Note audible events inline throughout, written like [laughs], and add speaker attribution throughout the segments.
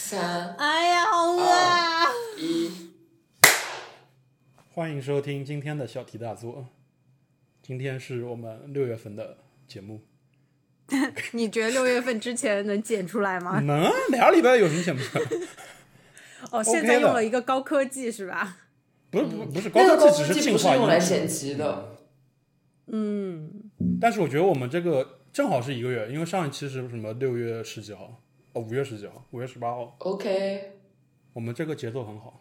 Speaker 1: 三
Speaker 2: 哎呀，好饿啊！
Speaker 1: 一，
Speaker 3: 欢迎收听今天的小题大做。今天是我们六月份的节目，
Speaker 2: 你觉得六月份之前能剪出来吗？
Speaker 3: 能啊俩礼拜有什么 [laughs] 想不出来？
Speaker 2: 哦，
Speaker 3: OK
Speaker 2: 现在用
Speaker 3: 的
Speaker 2: 了一个高科技是吧？
Speaker 3: 不是不不是，高
Speaker 1: 那个
Speaker 3: 科
Speaker 1: 嗯高
Speaker 3: 技
Speaker 1: 科
Speaker 3: 只
Speaker 1: 技
Speaker 3: 进
Speaker 1: 不是
Speaker 3: 化
Speaker 1: 用来
Speaker 3: 一
Speaker 1: 剪辑的，
Speaker 2: 嗯，
Speaker 3: 但是我觉得我们这个正好是一个月，因为上一期是什么六月十几号，哦五月十几号，五月十八号，
Speaker 1: OK，
Speaker 3: 我们这个节奏很好。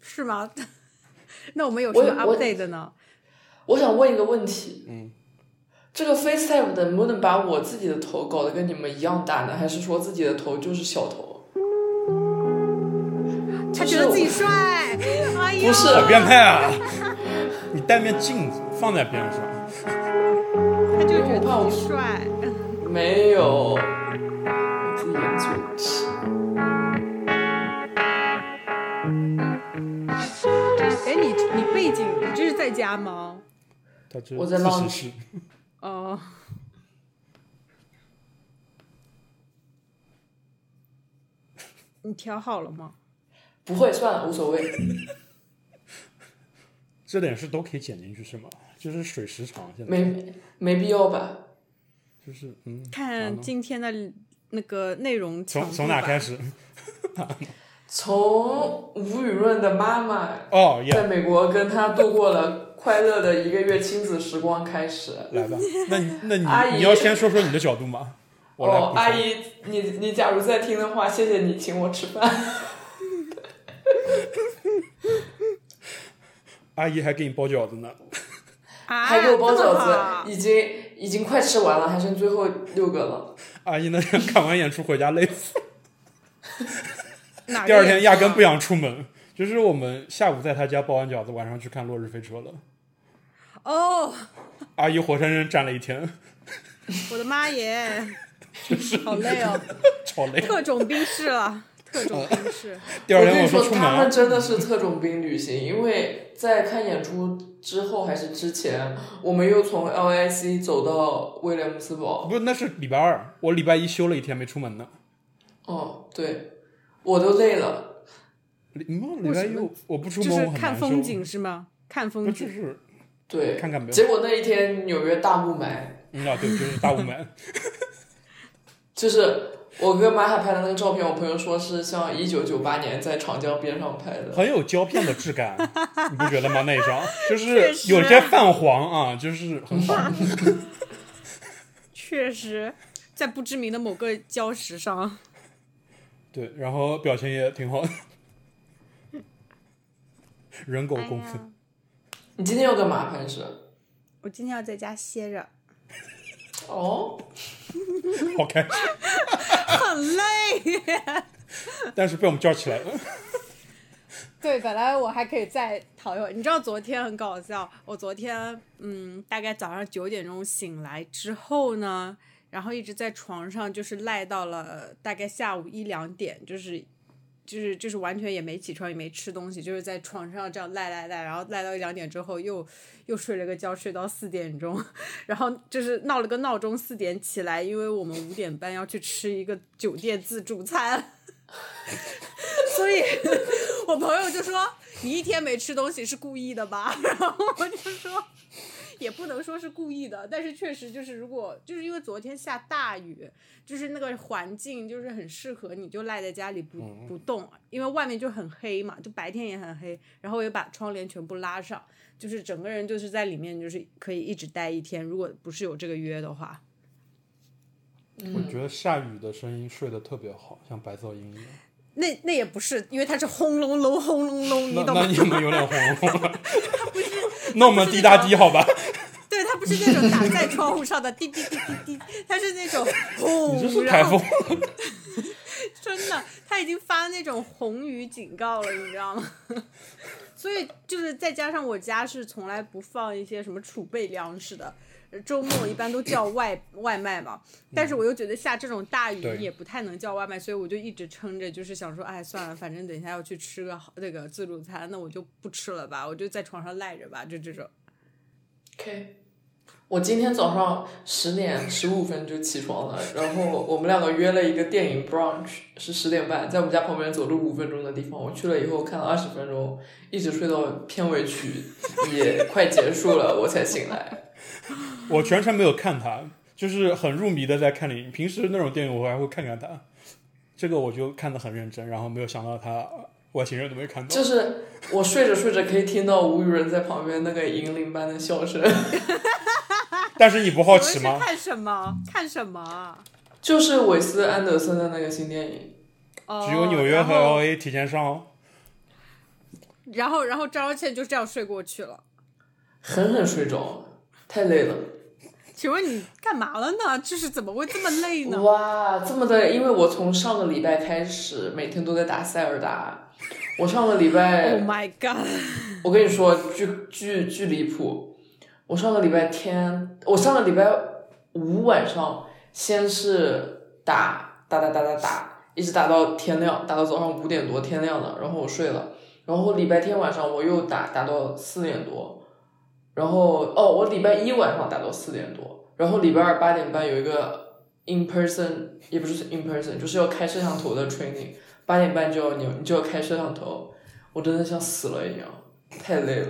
Speaker 2: 是吗？ [laughs] 那我们有什么
Speaker 1: 我我
Speaker 2: update 的呢？
Speaker 1: 我想问一个问题，
Speaker 3: 嗯，
Speaker 1: 这个 FaceTime 能不能把我自己的头搞得跟你们一样大呢？还是说自己的头就是小头？
Speaker 2: 他
Speaker 1: 就
Speaker 2: 觉
Speaker 1: 是
Speaker 2: 得
Speaker 1: 我
Speaker 2: 自己帅，哎呀，
Speaker 1: 不是
Speaker 3: 好变态啊！你带面镜子放在边上，
Speaker 2: 他就觉得自己帅。
Speaker 1: 没有，我自己研究一下。
Speaker 2: 哎，你你背景，你这是在家吗？
Speaker 3: 他这
Speaker 1: 我在
Speaker 3: 自习
Speaker 1: lounge
Speaker 3: 室。
Speaker 2: 哦，你调好了吗？
Speaker 1: 不会，算了，无所谓。
Speaker 3: 这点是都可以剪进去是吗？就是水时长现在
Speaker 1: 没没必要吧？
Speaker 3: 就是嗯，完
Speaker 2: 看
Speaker 3: 了
Speaker 2: 今天的那个内容强
Speaker 3: 从
Speaker 2: 度
Speaker 3: 从哪
Speaker 2: 吧
Speaker 3: 开？始？
Speaker 1: 从吴雨润的妈妈
Speaker 3: 哦耶，
Speaker 1: 在美国跟他度过了快乐的一个月亲子时光开始。
Speaker 3: 来吧，那你那
Speaker 1: 阿
Speaker 3: 你
Speaker 1: 姨
Speaker 3: 你要先说说你的角度吗？我来补
Speaker 1: 哦，
Speaker 3: 充
Speaker 1: 阿，姨，你你假如在听的话，谢谢你请我吃饭。
Speaker 2: 啊
Speaker 3: 阿姨还给你包饺子呢。
Speaker 2: 啊，
Speaker 1: [laughs] 还给我包
Speaker 2: 这么
Speaker 1: 饺
Speaker 2: 好
Speaker 1: 子，已经已经快吃完了，还剩最后六个了。
Speaker 3: 阿姨那天 [laughs] 看完演出回家累死，
Speaker 2: 哪个
Speaker 3: 第二天
Speaker 2: 演
Speaker 3: 压
Speaker 2: 出啊
Speaker 3: 根不想出门。就是我们下午在她家包完饺子，晚上去看《落日飞车》了。
Speaker 2: 哦，
Speaker 3: 阿姨活生生站了一天，
Speaker 2: 我的妈耶，好累哦，
Speaker 3: 超累。
Speaker 2: 特种兵式了，特种兵式，
Speaker 3: 第二
Speaker 1: 我跟
Speaker 3: 天
Speaker 1: 你
Speaker 3: 我
Speaker 1: 说，
Speaker 3: 出
Speaker 1: 他们
Speaker 3: 门，啊
Speaker 1: 真的是特种兵旅行，因为在看演出之后还是之前，我们又从 LIC 走到威廉姆斯堡。
Speaker 3: 不，那是礼拜二，我礼拜一休了一天没出门呢。
Speaker 1: 哦，对，我都累了。
Speaker 3: 礼嗯礼拜
Speaker 2: 为
Speaker 3: 一
Speaker 2: 什么
Speaker 3: 我不出
Speaker 2: 就
Speaker 3: 门，
Speaker 2: 是
Speaker 3: 我很
Speaker 2: 看
Speaker 3: 难受。
Speaker 2: 风景是吗？看
Speaker 3: 不
Speaker 2: 风
Speaker 3: 就
Speaker 2: 景，
Speaker 3: 是
Speaker 1: 对，
Speaker 3: 看看没有
Speaker 1: 结果那一天纽约大雾霾，
Speaker 3: 嗯啊，对，就是大雾霾。
Speaker 1: 就是我跟玛卡拍的那个照片，我朋友说是像一九九八年在长江边上拍的。
Speaker 3: 很有胶片的
Speaker 2: [laughs]
Speaker 3: 质感，你不觉得吗？那一张就是
Speaker 2: 确实
Speaker 3: 有些泛黄啊，就是很
Speaker 2: [laughs]
Speaker 3: 好。
Speaker 2: [laughs] 确实在不知名的某个礁石上，
Speaker 3: 对，然后表情也挺好的，人狗
Speaker 2: 哎
Speaker 3: 共愤。
Speaker 2: 呀，
Speaker 1: 你今天要干嘛，潘石？
Speaker 2: 我今天要在家歇着，
Speaker 1: 哦，
Speaker 3: 好开心，
Speaker 2: 哎很累。
Speaker 3: 但是被我们叫起来了。
Speaker 2: 对，本来我还可以再讨一会儿。你知道昨天很搞笑，我昨天嗯，大概早上九点钟醒来之后呢，然后一直在床上就是赖到了大概下午一两点，就是就是就是完全也没起床，也没吃东西，就是在床上这样赖赖赖，然后赖到一两点之后又又睡了个觉，睡到四点钟， [laughs] 然后就是闹了个闹钟四点起来，因为我们五点半要去吃一个酒店自助餐。 [laughs] 所以我朋友就说：“你一天没吃东西是故意的吧？” [laughs] 然后我就说：“也不能说是故意的，但是确实就是，如果就是因为昨天下大雨，就是那个环境就是很适合你就赖在家里不
Speaker 3: 嗯
Speaker 2: 不动，因为外面就很黑嘛，就白天也很黑，然后我也把窗帘全部拉上，就是整个人就是在里面就是可以一直待一天，如果不是有这个约的话。”
Speaker 3: 我觉得下雨的声音睡得特别好，像白噪音一样。
Speaker 2: 那那也不是，因为它是轰隆隆轰隆隆，你
Speaker 3: 那
Speaker 2: 懂
Speaker 3: 那
Speaker 2: 吗？
Speaker 3: 你们有点轰
Speaker 2: [laughs]
Speaker 3: 隆轰了。那我们滴答滴好吧？
Speaker 2: 对，它不是那种打在窗户上的滴滴滴滴滴，它是那种
Speaker 3: [laughs] 你这
Speaker 2: 轰，
Speaker 3: 是台
Speaker 2: 然后
Speaker 3: 风，
Speaker 2: 真的，它已经发那种红雨警告了，你知道吗？ [laughs] 所以就是再加上我家是从来不放一些什么储备粮食的，呃周末我一般都叫外外卖嘛。但是我又觉得下这种大雨
Speaker 3: 嗯对
Speaker 2: 也不太能叫外卖，所以我就一直撑着，就是想说，哎，算了，反正等一下要去吃个好那个自助餐，那我就不吃了吧，我就在床上赖着吧，就这种。
Speaker 1: OK，我今天早上十点十五分就起床了，然后我们两个约了一个电影 brunch，是十点半，在我们家旁边走路五分钟的地方。我去了以后看了二十分钟，一直睡到片尾曲也快结束了， [laughs] 我才醒来。
Speaker 3: 我全程没有看它，就是很入迷的在看电影。平时那种电影我还会看看它，这个我就看得很认真，然后没有想到它外星人都没看到。
Speaker 1: 就是我睡着睡着可以听到吴雨润在旁边那个银铃般的笑声，
Speaker 3: 但是你不好奇
Speaker 2: 你们
Speaker 3: 吗
Speaker 2: 是？看什么？看什么啊？
Speaker 1: 就是韦斯安德森的那个新电影。
Speaker 2: 哦
Speaker 3: 只有纽约和
Speaker 2: 然后
Speaker 3: L A 提前上哦。
Speaker 2: 然后，然后张若倩就这样睡过去了。
Speaker 1: 狠狠睡着，太累了。
Speaker 2: 请问你干嘛了呢？就是怎么会这么累呢？
Speaker 1: 哇，这么的，因为我从上个礼拜开始每天都在打塞尔达。我上个礼
Speaker 2: [laughs] Oh
Speaker 1: 拜，
Speaker 2: my god！
Speaker 1: [laughs] 我跟你说，巨巨巨离谱！我上个礼拜天，我上个礼拜五晚上先是打打打打打打，一直打到天亮，打到早上五点多天亮了，然后我睡了。然后礼拜天晚上我又打打到四点多，然后哦，我礼拜一晚上打到四点多，然后礼拜二八点半有一个 in person，也不是 in person，就是要开摄像头的 training，八点半就要你你就要开摄像头，我真的像死了一样，太累了。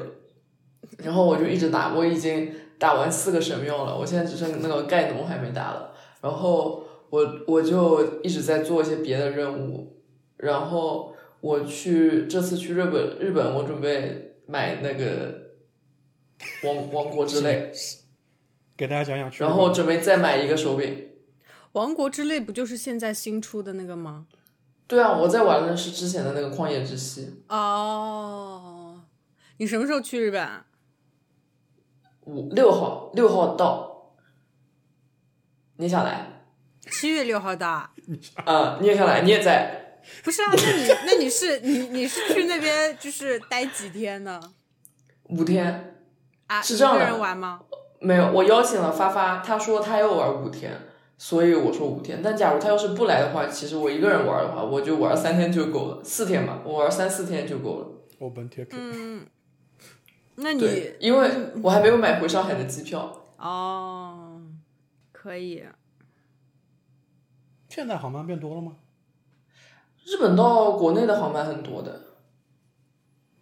Speaker 1: 然后我就一直打，我已经打完四个神庙了，我现在只剩那个盖农还没打了。然后我我就一直在做一些别的任务，然后我去这次去日本，日本我准备买那个王王国之泪，
Speaker 3: 给大家讲讲去日
Speaker 1: 然
Speaker 3: 本。
Speaker 1: 后准备再买一个手柄。
Speaker 2: 王国之泪不就是现在新出的那个吗？
Speaker 1: 对啊，我在玩的是之前的那个旷野之息，
Speaker 2: 哦，你什么时候去日本啊？
Speaker 1: 五六号六号到，你想来？
Speaker 2: 七月六号到啊？
Speaker 1: 啊、你也想来，你也在。
Speaker 2: 不是啊，那你 [laughs] 那你是你你是去那边就是待几天呢？
Speaker 1: 五天
Speaker 2: 啊，
Speaker 1: 是这样的
Speaker 2: 一个人玩吗？
Speaker 1: 没有，我邀请了发发，他说他要玩五天，所以我说五天。但假如他要是不来的话，其实我一个人玩的话，我就玩三天就够了，四天吧，我玩三四天就够了。
Speaker 3: 我本铁 Q，
Speaker 2: 嗯，那你
Speaker 1: 对，因为我还没有买回上海的机票。
Speaker 2: 哦，可以。
Speaker 3: 现在航班变多了吗？
Speaker 1: 日本到国内的航班很多的，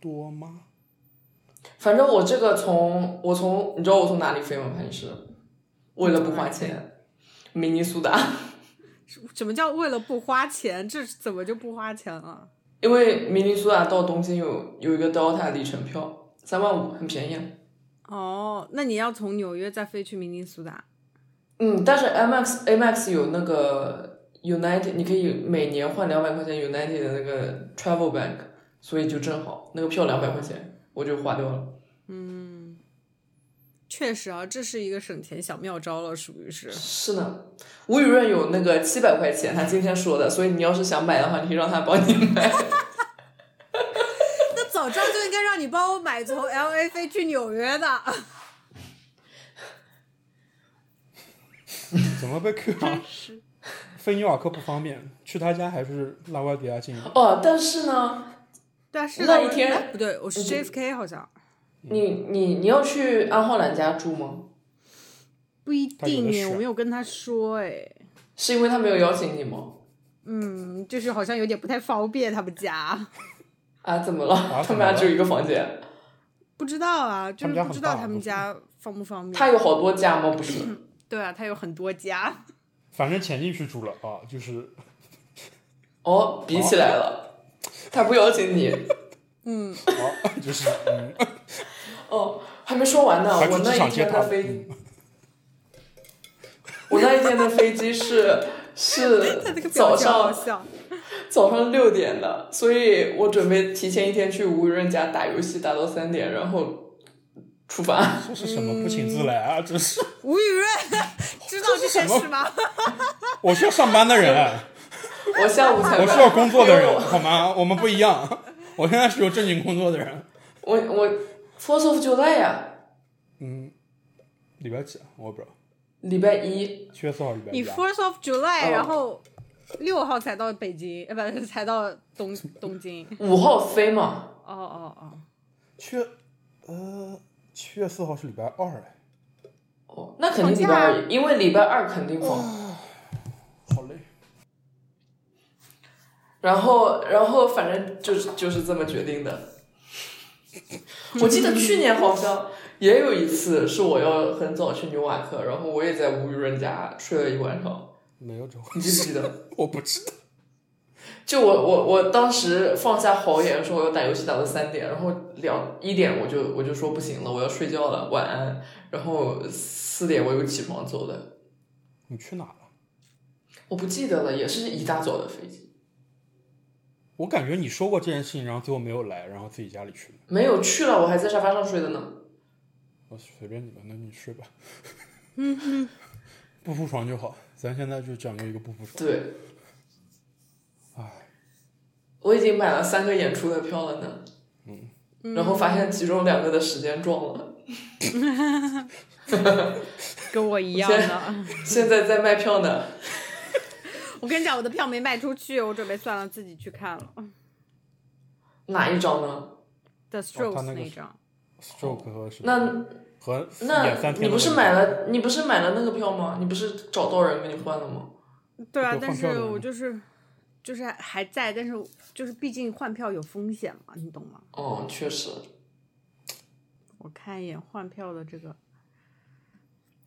Speaker 3: 多吗？
Speaker 1: 反正我这个从我从你知道我从哪里飞吗？潘女士，为了不花钱，明尼苏达。
Speaker 2: 什么叫为了不花钱？这是怎么就不花钱了？
Speaker 1: 因为明尼苏达到东京有有一个 Delta 里程票，三万五，很便宜啊。
Speaker 2: 哦，那你要从纽约再飞去明尼苏达？
Speaker 1: 嗯，但是 IMAX IMAX 有那个 United，你可以每年换两百块钱 United 的那个 Travel Bank，所以就正好那个票两百块钱，我就花掉了。
Speaker 2: 嗯，确实啊，这是一个省钱小妙招了，属于是。
Speaker 1: 是呢，吴雨润有那个七百块钱，他今天说的，所以你要是想买的话，你可以让他帮你买。
Speaker 2: 那早知道就应该让你帮我买从 L A 飞去纽约
Speaker 3: [laughs]
Speaker 2: 的。
Speaker 3: 怎么被 Q 了？飞纽瓦克不方便，去他家还是拉瓜迪亚近一点。
Speaker 1: 哦，但是呢，
Speaker 2: 但是
Speaker 1: 那一天
Speaker 2: 哎不对，我
Speaker 3: 嗯
Speaker 2: 是 J F K 好像
Speaker 1: 你你你要去安浩兰家住吗？
Speaker 2: 不一
Speaker 3: 他有
Speaker 2: 定
Speaker 3: 的
Speaker 2: 哎，
Speaker 3: 选
Speaker 2: 我没有跟他说哎，
Speaker 1: 是因为他没有邀请你吗？
Speaker 2: 嗯，就是好像有点不太方便他们家，
Speaker 1: 啊，怎么了？
Speaker 3: 啊
Speaker 1: 他
Speaker 3: 怎
Speaker 1: 们
Speaker 3: 么了
Speaker 1: 俩只有一个房间，
Speaker 2: 不知道啊，就
Speaker 3: 他们
Speaker 2: 是
Speaker 3: 家
Speaker 2: 不知
Speaker 3: 很
Speaker 2: 道
Speaker 3: 大
Speaker 2: 他们
Speaker 3: 不是
Speaker 2: 家方不方便。
Speaker 1: 他有好多家吗？不是，
Speaker 2: 对啊，他有很多家， [laughs]
Speaker 3: 反正潜进去住了啊，就是
Speaker 1: 哦，比起来了，他不邀请你。
Speaker 2: 嗯，
Speaker 3: 好， [laughs] 就是嗯， [laughs]
Speaker 1: 哦，还没说完呢。
Speaker 3: 还
Speaker 1: 我
Speaker 3: 去机
Speaker 1: 那一
Speaker 3: 场接
Speaker 1: 天
Speaker 3: 他
Speaker 1: 的
Speaker 3: 了。
Speaker 1: 飞，
Speaker 3: 嗯
Speaker 1: 我那一天的飞机是
Speaker 3: [laughs]
Speaker 1: 是
Speaker 2: 他这个
Speaker 1: 早
Speaker 2: 表情好
Speaker 1: 上
Speaker 2: 笑，
Speaker 1: 早上六点的，所以我准备提前一天去吴雨润家打游戏，打到三点，然后出发。 [laughs]
Speaker 3: 这是什么不请自来啊？这是
Speaker 2: 吴雨润 [laughs] 知道这件事吗？
Speaker 3: 我需要上班的人，啊
Speaker 1: 我下午才
Speaker 3: [laughs] 我需要工作的
Speaker 1: 因为
Speaker 3: 人，好吗？我们不一样， [laughs] 我现在是有正经工作的人。
Speaker 1: 我我我 Fourth of July 呀、
Speaker 3: 嗯，礼拜几啊？我也不知道，
Speaker 1: 礼拜一
Speaker 3: 七月四号礼拜
Speaker 2: 你
Speaker 3: 一啊。
Speaker 2: First of July，、
Speaker 1: 哦
Speaker 2: 然后六号才到北京，呃，不是才到
Speaker 3: [laughs]
Speaker 2: 东东京。
Speaker 1: 五号飞嘛，
Speaker 2: 哦哦哦，
Speaker 3: 七月呃，七月四号是礼拜二哎，
Speaker 1: 哦，那肯定礼拜
Speaker 2: 放
Speaker 1: 二，因为礼拜二肯定放。
Speaker 3: 好累。
Speaker 1: 然后，然后反正就是就是这么决定的。我记得去年好像也有一次是我要很早去纽瓦克，然后我也在无语人家睡了一晚上，
Speaker 3: 没有这回
Speaker 1: 你记不记得？
Speaker 3: [laughs] 我不知道。
Speaker 1: 就我我我当时放下豪言说我要打游戏打到三点，然后两一点我就我就说不行了，我要睡觉了，晚安。然后四点我又起床走的，
Speaker 3: 你去哪了？
Speaker 1: 我不记得了，也是一大早的飞机，
Speaker 3: 我感觉你说过这件事情，然后最后没有来，然后自己家里去了。
Speaker 1: 没有去了，我还在沙发上睡的呢。
Speaker 3: 我随便你吧，那你睡吧。
Speaker 1: 嗯
Speaker 3: [laughs] 不铺床就好，咱现在就讲究一个不铺床。
Speaker 1: 对，我已经买了三个演出的票了呢。嗯，然后发现其中两个的时间撞了，
Speaker 2: 跟我一样
Speaker 1: 我
Speaker 2: 的。
Speaker 1: 现在在卖票呢。
Speaker 2: 我跟你讲，我的票没卖出去，我准备算了自己去看了。
Speaker 1: 哪一张呢？
Speaker 2: The
Speaker 3: 哦他
Speaker 2: Strokes
Speaker 3: 那个
Speaker 2: 那
Speaker 3: 是
Speaker 2: 张，
Speaker 3: stroke 和什么？
Speaker 1: 那
Speaker 3: 和演
Speaker 1: 那
Speaker 3: 三天的
Speaker 1: 你不是
Speaker 3: 那个
Speaker 1: 买了你不是买了那个票吗？你不是找到人跟你换了吗？
Speaker 2: 对啊
Speaker 3: 对，
Speaker 2: 但
Speaker 3: 换票
Speaker 2: 是
Speaker 3: 的人
Speaker 2: 我就是就是还在，但是就是毕竟换票有风险嘛，你懂吗？
Speaker 1: 哦，确实，
Speaker 2: 我看一眼换票的这个，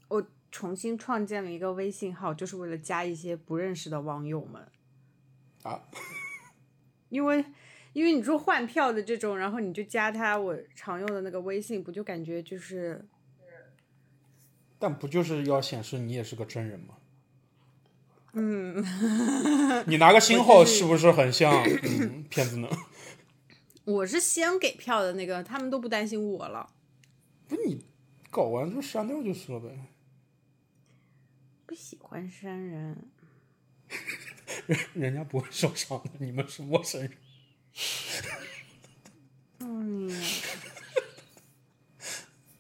Speaker 2: 我重新创建了一个微信号，就是为了加一些不认识的网友们。
Speaker 3: 啊？
Speaker 2: [laughs] 因为因为你说换票的这种，然后你就加他我常用的那个微信，不就感觉就是
Speaker 3: 但不就是要显示你也是个真人吗？嗯， [laughs] 你拿个星号是不是很像嗯骗子呢？
Speaker 2: 我是先给票的那个，他们都不担心我了。
Speaker 3: 不是你搞完就删掉就是了呗。
Speaker 2: 不喜欢删人，
Speaker 3: 人家不会受伤的，你们是陌生人。
Speaker 2: 嗯，
Speaker 3: [laughs]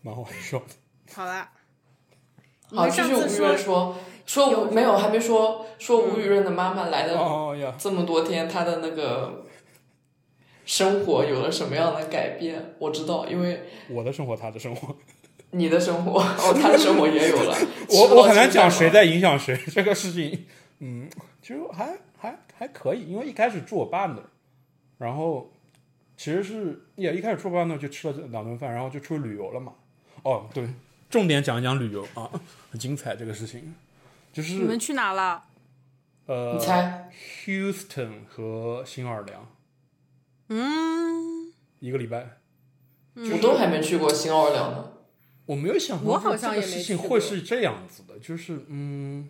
Speaker 3: 蛮好笑的。
Speaker 2: 好啦。你
Speaker 1: 好，
Speaker 2: 们
Speaker 1: 继
Speaker 2: 上
Speaker 1: 续
Speaker 2: 次
Speaker 1: 吴雨润
Speaker 2: 说
Speaker 1: 说说嗯吴没有还没说说吴雨润的妈妈来了
Speaker 3: 哦呀，
Speaker 1: 这么多天，她的那个生活有了什么样的改变？我知道，因为
Speaker 3: 我的生活，他的生活，。
Speaker 1: 你的生活，哦，他的生活也有了
Speaker 3: [laughs] 我我很难讲
Speaker 1: 吃
Speaker 3: 谁
Speaker 1: 不到
Speaker 3: 在影响谁 [laughs] 这个事情。嗯，就还还还可以，因为一开始住我爸那儿，然后其实是也一开始住我爸那儿就吃了两顿饭，然后就出去旅游了嘛。哦，对，重点讲一讲旅游啊，很精彩这个事情，就
Speaker 2: 你
Speaker 3: 是
Speaker 2: 们去哪了？
Speaker 1: 清
Speaker 3: 呃
Speaker 1: 淡。你猜，
Speaker 3: ，Houston 和新奥尔良
Speaker 2: 嗯，
Speaker 3: 一个礼拜，
Speaker 1: 我都还没去过新奥尔良呢。
Speaker 3: 我没有想
Speaker 2: 我
Speaker 3: 过
Speaker 2: 好
Speaker 3: 这
Speaker 2: 像
Speaker 3: 个
Speaker 2: 也没
Speaker 3: 事情
Speaker 2: 去
Speaker 3: 会
Speaker 2: 过
Speaker 3: 是这样子的，就是嗯，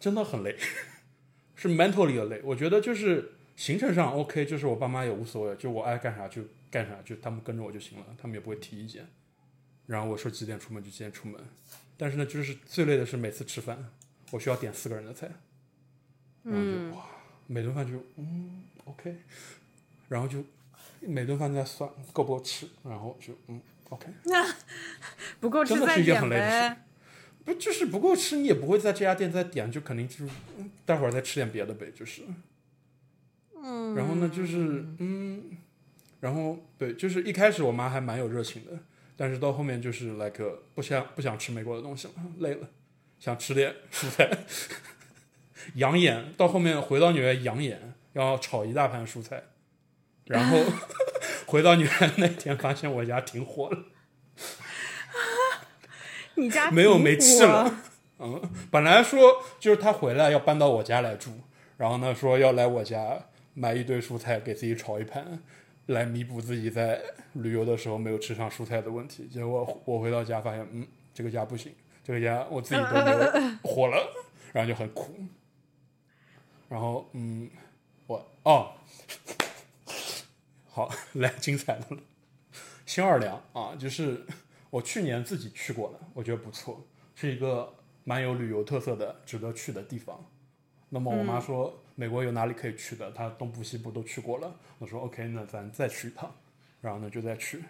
Speaker 3: 真的很累， [laughs] 是 mentally 的累。我觉得就是行程上 OK，就是我爸妈也无所谓，就我爱干啥就干啥，就他们跟着我就行了，他们也不会提意见。然后我说几点出门就几点出门，但是呢，就是最累的是每次吃饭，我需要点四个人的菜，然后就、
Speaker 2: 嗯
Speaker 3: 哇，每顿饭就嗯 OK，然后就每顿饭在算够不够吃，然后就嗯 OK。
Speaker 2: 不够吃
Speaker 3: 真的
Speaker 2: 再
Speaker 3: 是一件
Speaker 2: 点
Speaker 3: 很累的
Speaker 2: 呗。
Speaker 3: 不就是不够吃，你也不会在这家店再点，就肯定就是嗯待会儿再吃点别的呗，就是。嗯。然后呢，就是嗯，然后对，就是一开始我妈还蛮有热情的，但是到后面就是 like 呃不想不想吃美国的东西了，累了，想吃点蔬菜。养眼，到后面回到纽约养眼，要炒一大盘蔬菜，然后 [laughs] 回到纽约那天发现我家停火了。
Speaker 2: 你家
Speaker 3: 没有
Speaker 2: 挺啊
Speaker 3: 煤气
Speaker 2: 火
Speaker 3: 了。嗯，本来说就是他回来要搬到我家来住，然后呢说要来我家买一堆蔬菜给自己炒一盘，来弥补自己在旅游的时候没有吃上蔬菜的问题。结果我回到家发现，嗯，这个家不行，这个家我自己都没有火了，然后就很苦。然后嗯，我哦，好，来精彩的了，新奥尔良啊，就是我去年自己去过了，我觉得不错，是一个蛮有旅游特色的、值得去的地方。那么我妈说、美国有哪里可以去的，她东部、西部都去过了。我说 OK，那咱再去一趟，然后呢就再去，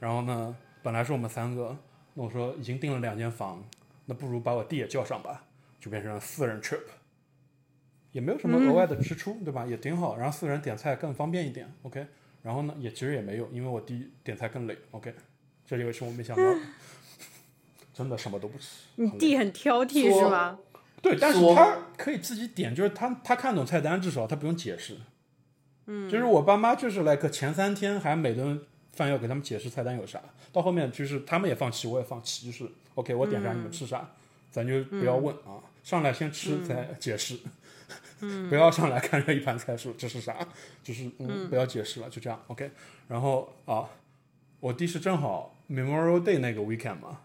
Speaker 3: 然后呢本来是我们三个，那我说已经订了两间房，那不如把我弟也叫上吧，就变成了四人 trip，也没有什么额外的支出，对吧？也挺好，然后四人点菜更方便一点，OK。然后呢，也其实也没有，因为我弟点菜更累，OK。这里也是我没想到的，真的什么都不吃。
Speaker 2: 你
Speaker 3: 很累
Speaker 2: 弟很挑剔
Speaker 1: 说
Speaker 2: 是吗？
Speaker 3: 对，但是
Speaker 1: 说
Speaker 3: 他可以自己点，就是他他看懂菜单，至少他不用解释。嗯，就是我爸妈就是 like 前三天还每顿饭要给他们解释菜单有啥，到后面就是他们也放弃，我也放弃，就是 OK，我点啥你们吃啥，咱就不要问啊，上来先吃再解释。 [laughs] 不要上来看这一盘菜说这是啥，就是嗯不要解释了，就这样 OK。然后啊，我弟是正好 Memorial Day 那个 weekend 嘛，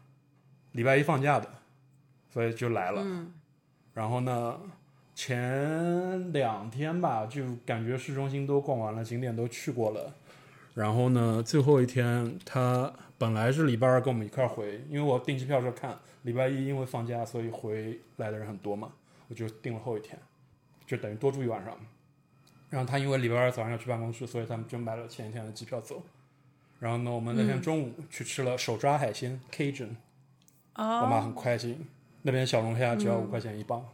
Speaker 3: 礼拜一放假的，所以就来了。然后呢，前两天吧，就感觉市中心都逛完了，景点都去过了。然后呢，最后一天他本来是礼拜二跟我们一块儿回，因为我订机票时候看礼拜一因为放假，所以回来的人很多嘛，我就订了后一天，就等于多住一晚上。然后他因为礼拜二早上要去办公室，所以他们就买了前一天的机票走。然后呢，我们那天中午去吃了手抓海鲜 Cajun，、我妈
Speaker 2: 哦，
Speaker 3: 很开心。那边小龙虾只要五块钱一磅，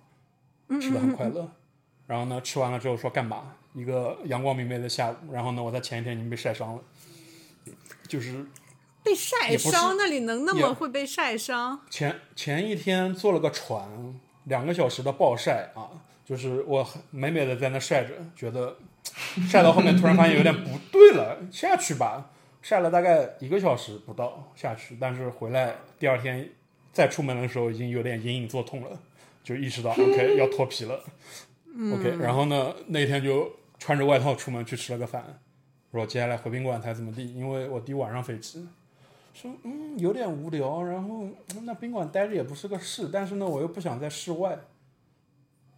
Speaker 3: 吃的很快乐。然后呢，吃完了之后说干嘛？一个阳光明媚的下午。然后呢，我在前一天已经被晒伤了，就是
Speaker 2: 被晒
Speaker 3: 也不是
Speaker 2: 伤那里能那
Speaker 3: 也
Speaker 2: 么会被晒伤？
Speaker 3: 前前一天坐了个船，两个小时的暴晒啊，就是我美美的在那晒着，觉得晒到后面突然发现有点不对了，下去吧。晒了大概一个小时不到下去，但是回来第二天再出门的时候已经有点隐隐作痛了，就意识到 OK 要脱皮了。OK，然后呢，那天就穿着外套出门去吃了个饭，我说接下来回宾馆才怎么地，因为我弟晚上飞机。说嗯有点无聊，然后嗯那宾馆待着也不是个事，但是呢我又不想在室外，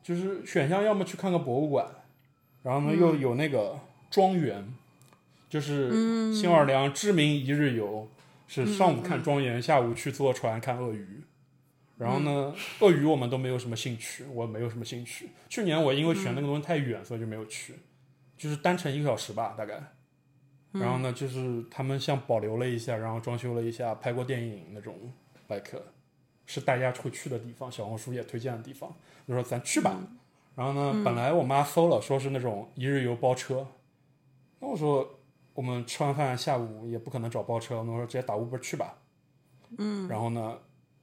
Speaker 3: 就是选项要么去看个博物馆，然后呢又有那个庄园，就是新奥尔良知名一日游，是上午看庄园，下午去坐船看鳄鱼。然后呢，鳄鱼我们都没有什么兴趣，我没有什么兴趣。去年我因为选那个东西太远，所以就没有去，就是单程一个小时吧，大概。然后呢，就是他们像保留了一下，然后装修了一下，拍过电影那种，like 是大家会去的地方，小红书也推荐的地方。就说咱去吧。然后呢，本来我妈搜了，说是那种一日游包车，那我说我们吃完饭下午也不可能找包车，我们说直接打 Uber 去吧。嗯。然后呢，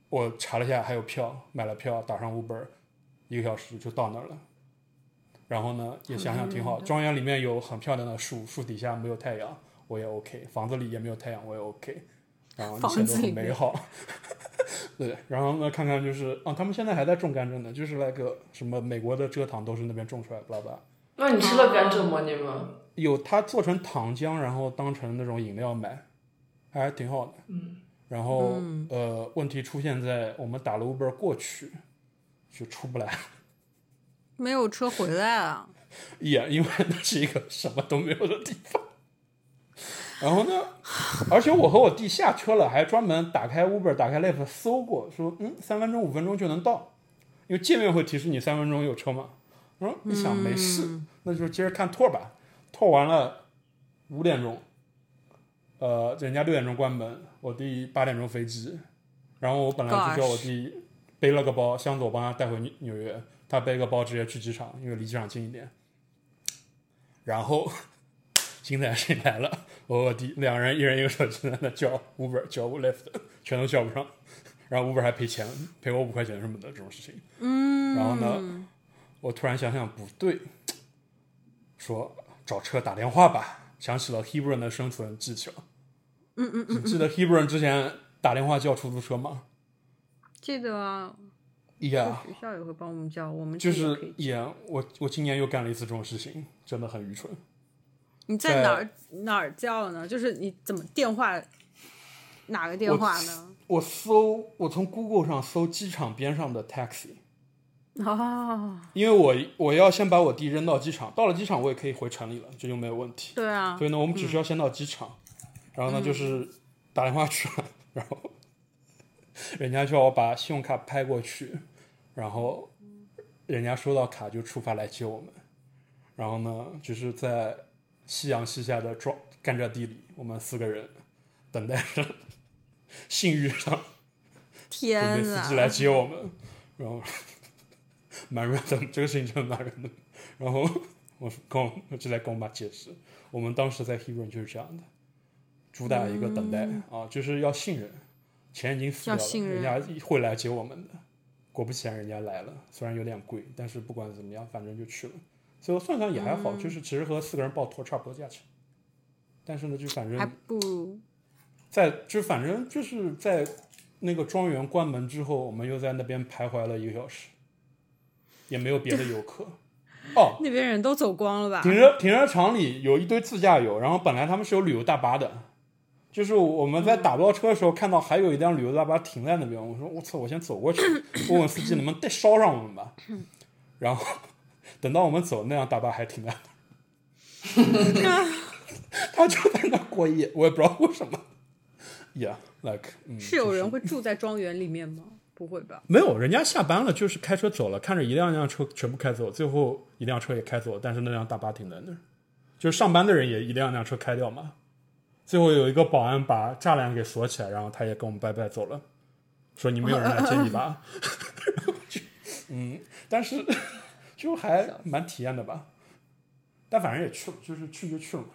Speaker 3: 我查了一下还有票，买了票，打上 Uber，一个小时就到那儿了。然后呢，也想想挺好，庄园里面有很漂亮的树，树底下没有太阳，我也 OK；房子里也没有太阳，我也 OK。然后一切
Speaker 2: 房
Speaker 3: 都
Speaker 2: 子
Speaker 3: 很
Speaker 2: 里面
Speaker 3: 美好。 [laughs] 对，然后呢，看看就是啊，他们现在还在种甘蔗呢，就是那个什么美国的蔗糖都是那边种出来的，巴拉巴拉。
Speaker 1: 那你吃了甘蔗吗？你们？
Speaker 3: 有它做成糖浆，然后当成那种饮料买，还挺好的。嗯。然后、呃，问题出现在我们打了 Uber 过去，就出不来，
Speaker 2: 没有车回来啊？
Speaker 3: 也因为那是一个什么都没有的地方。然后呢，而且我和我弟下车了，还专门打开 Uber、打开 l i f t 搜过，说嗯，三分钟、五分钟就能到，因为界面会提示你三分钟有车嘛。然后一想没事，
Speaker 2: 嗯
Speaker 3: 那就接着看 tour 吧。tour 完了五点钟，呃，人家六点钟关门，我弟八点钟飞机，然后我本来就叫我弟背了个包，箱子我帮他带回纽纽约，他背个包直接去机场，因为离机场近一点。然后精彩事情来了，我和我弟两人一人一个手机在那叫 Uber 叫 Lyft，全都叫不上，然后 Uber 还赔钱，赔我五块钱什么的这种事情。嗯，然后呢，我突然想想不对，说找车打电话吧，想起了 Hebron 的生存技巧。
Speaker 2: 嗯嗯
Speaker 3: 你记得 Hebron 之前打电话叫出租车吗？
Speaker 2: 记得啊，
Speaker 3: 呀、
Speaker 2: 学校也会帮我们叫，我们
Speaker 3: 就
Speaker 2: 自己也可
Speaker 3: 是
Speaker 2: 以。
Speaker 3: 也我我今年又干了一次这种事情，真的很愚蠢。
Speaker 2: 你
Speaker 3: 在
Speaker 2: 在哪儿哪儿叫呢？就是你怎么电话哪个电话呢？
Speaker 3: 我搜，我从 Google 上搜机场边上的 taxi，
Speaker 2: 哦，
Speaker 3: 因为我我要先把我弟扔到机场，到了机场我也可以回城里了，这就没有问题。
Speaker 2: 对啊
Speaker 3: 所，以呢，我们只需要先到机场，然后呢就是打电话去，然后人家叫我把信用卡拍过去，然后人家收到卡就出发来接我们，然后呢就是在夕阳西下的庄甘蔗地里，我们四个人等待着 [laughs] 信誉上准备
Speaker 2: 天啊
Speaker 3: 司
Speaker 2: 呐
Speaker 3: 机，来接我们，然后蛮 random，这个事情真的蛮 random。然后我跟我我就来跟我妈解释，我们当时在 Hebron 就是这样的，主打一个等待、啊，就是要信任。钱已经付
Speaker 2: 嗯
Speaker 3: 掉
Speaker 2: 要信
Speaker 3: 了，
Speaker 2: 任
Speaker 3: 人家会来接我们的。果不其然，人家来了，虽然有点贵，但是不管怎么样，反正就去了。所以我算算也还好，
Speaker 2: 嗯
Speaker 3: 就是其实和四个人抱团差不多价钱。但是呢，就反正
Speaker 2: 还不如
Speaker 3: 在就反正就是在那个庄园关门之后，我们又在那边徘徊了一个小时，也没有别的游客。哦，
Speaker 2: 那边人都走光了吧？
Speaker 3: 停车停车场里有一堆自驾游，然后本来他们是有旅游大巴的，就是我们在打不到车的时候，看到还有一辆旅游大巴停在那边，我说我操，我先走过去，问问司机能不能再捎上我们吧。 [laughs] 然后等到我们走，那辆大巴还停在那儿，他 [laughs] 就在那儿过夜，我也不知道为什么。Yeah，like，嗯，
Speaker 2: 是有人会住在庄园里面吗？不会吧？
Speaker 3: 没有，人家下班了就是开车走了，看着一辆辆车全部开走，最后一辆车也开走，但是那辆大巴停在那儿，就是上班的人也一辆辆车开掉嘛。最后有一个保安把栅栏给锁起来，然后他也跟我们拜拜走了，说你们有人来接你吧。然后就嗯，但是 [laughs] 就还蛮体验的吧。但反正也去了，就是去就去了嘛。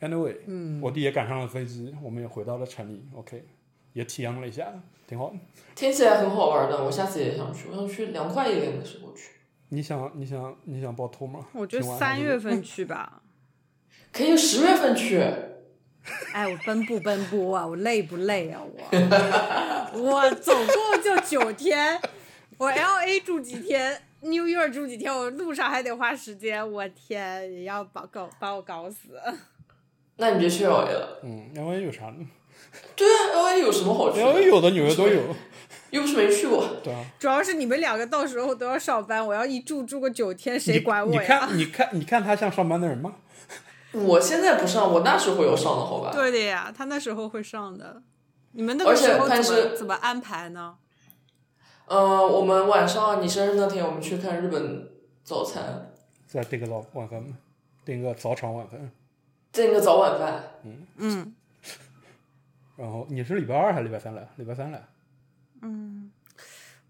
Speaker 3: Anyway，嗯，我弟也赶上了飞机，我们也回到了城里，OK，也体验了一下，挺好的。
Speaker 1: 听起来很好玩的，我下次也想去，我想去凉快一点的时候去。
Speaker 3: 你想你想你想报偷吗？
Speaker 2: 我觉
Speaker 3: 今
Speaker 2: 得
Speaker 3: 晚
Speaker 2: 三
Speaker 3: 还是
Speaker 2: 月份去吧。
Speaker 1: 可以十月份去，
Speaker 2: 哎，我奔不奔波啊？我累不累啊？我我总共就九天，我 L A 住几天，New York 住几天，我路上还得花时间，我天，也要把搞把我搞死。 [laughs]
Speaker 1: 那你别去 LA 了。
Speaker 3: 嗯，L A 有啥 [laughs] 呢
Speaker 1: 对啊，LA 有什么好去
Speaker 3: ？L
Speaker 1: 的
Speaker 3: A 有的纽约都有，
Speaker 1: 又不是没去过。
Speaker 3: 对啊。
Speaker 2: 主要是你们两个到时候都要上班，我要一住住个九天，谁管
Speaker 3: 你
Speaker 2: 我
Speaker 3: 你
Speaker 2: 呀？
Speaker 3: 看你看你看他像上班的人吗？
Speaker 1: 我现在不上，我那时候有上的好吧？
Speaker 2: [laughs] 对的呀，他那时候会上的。你们那
Speaker 1: 而
Speaker 2: 个
Speaker 1: 且
Speaker 2: 时候
Speaker 1: 但
Speaker 2: 怎么
Speaker 1: 是
Speaker 2: 怎么安排呢？
Speaker 1: 呃，我们晚上你生日那天，我们去看日本早餐，
Speaker 3: 再订个早晚饭，订个早场晚饭。
Speaker 1: 订个早晚饭。
Speaker 2: 嗯
Speaker 3: 然后你是礼拜二还是礼拜三来？礼拜三来。
Speaker 2: 嗯，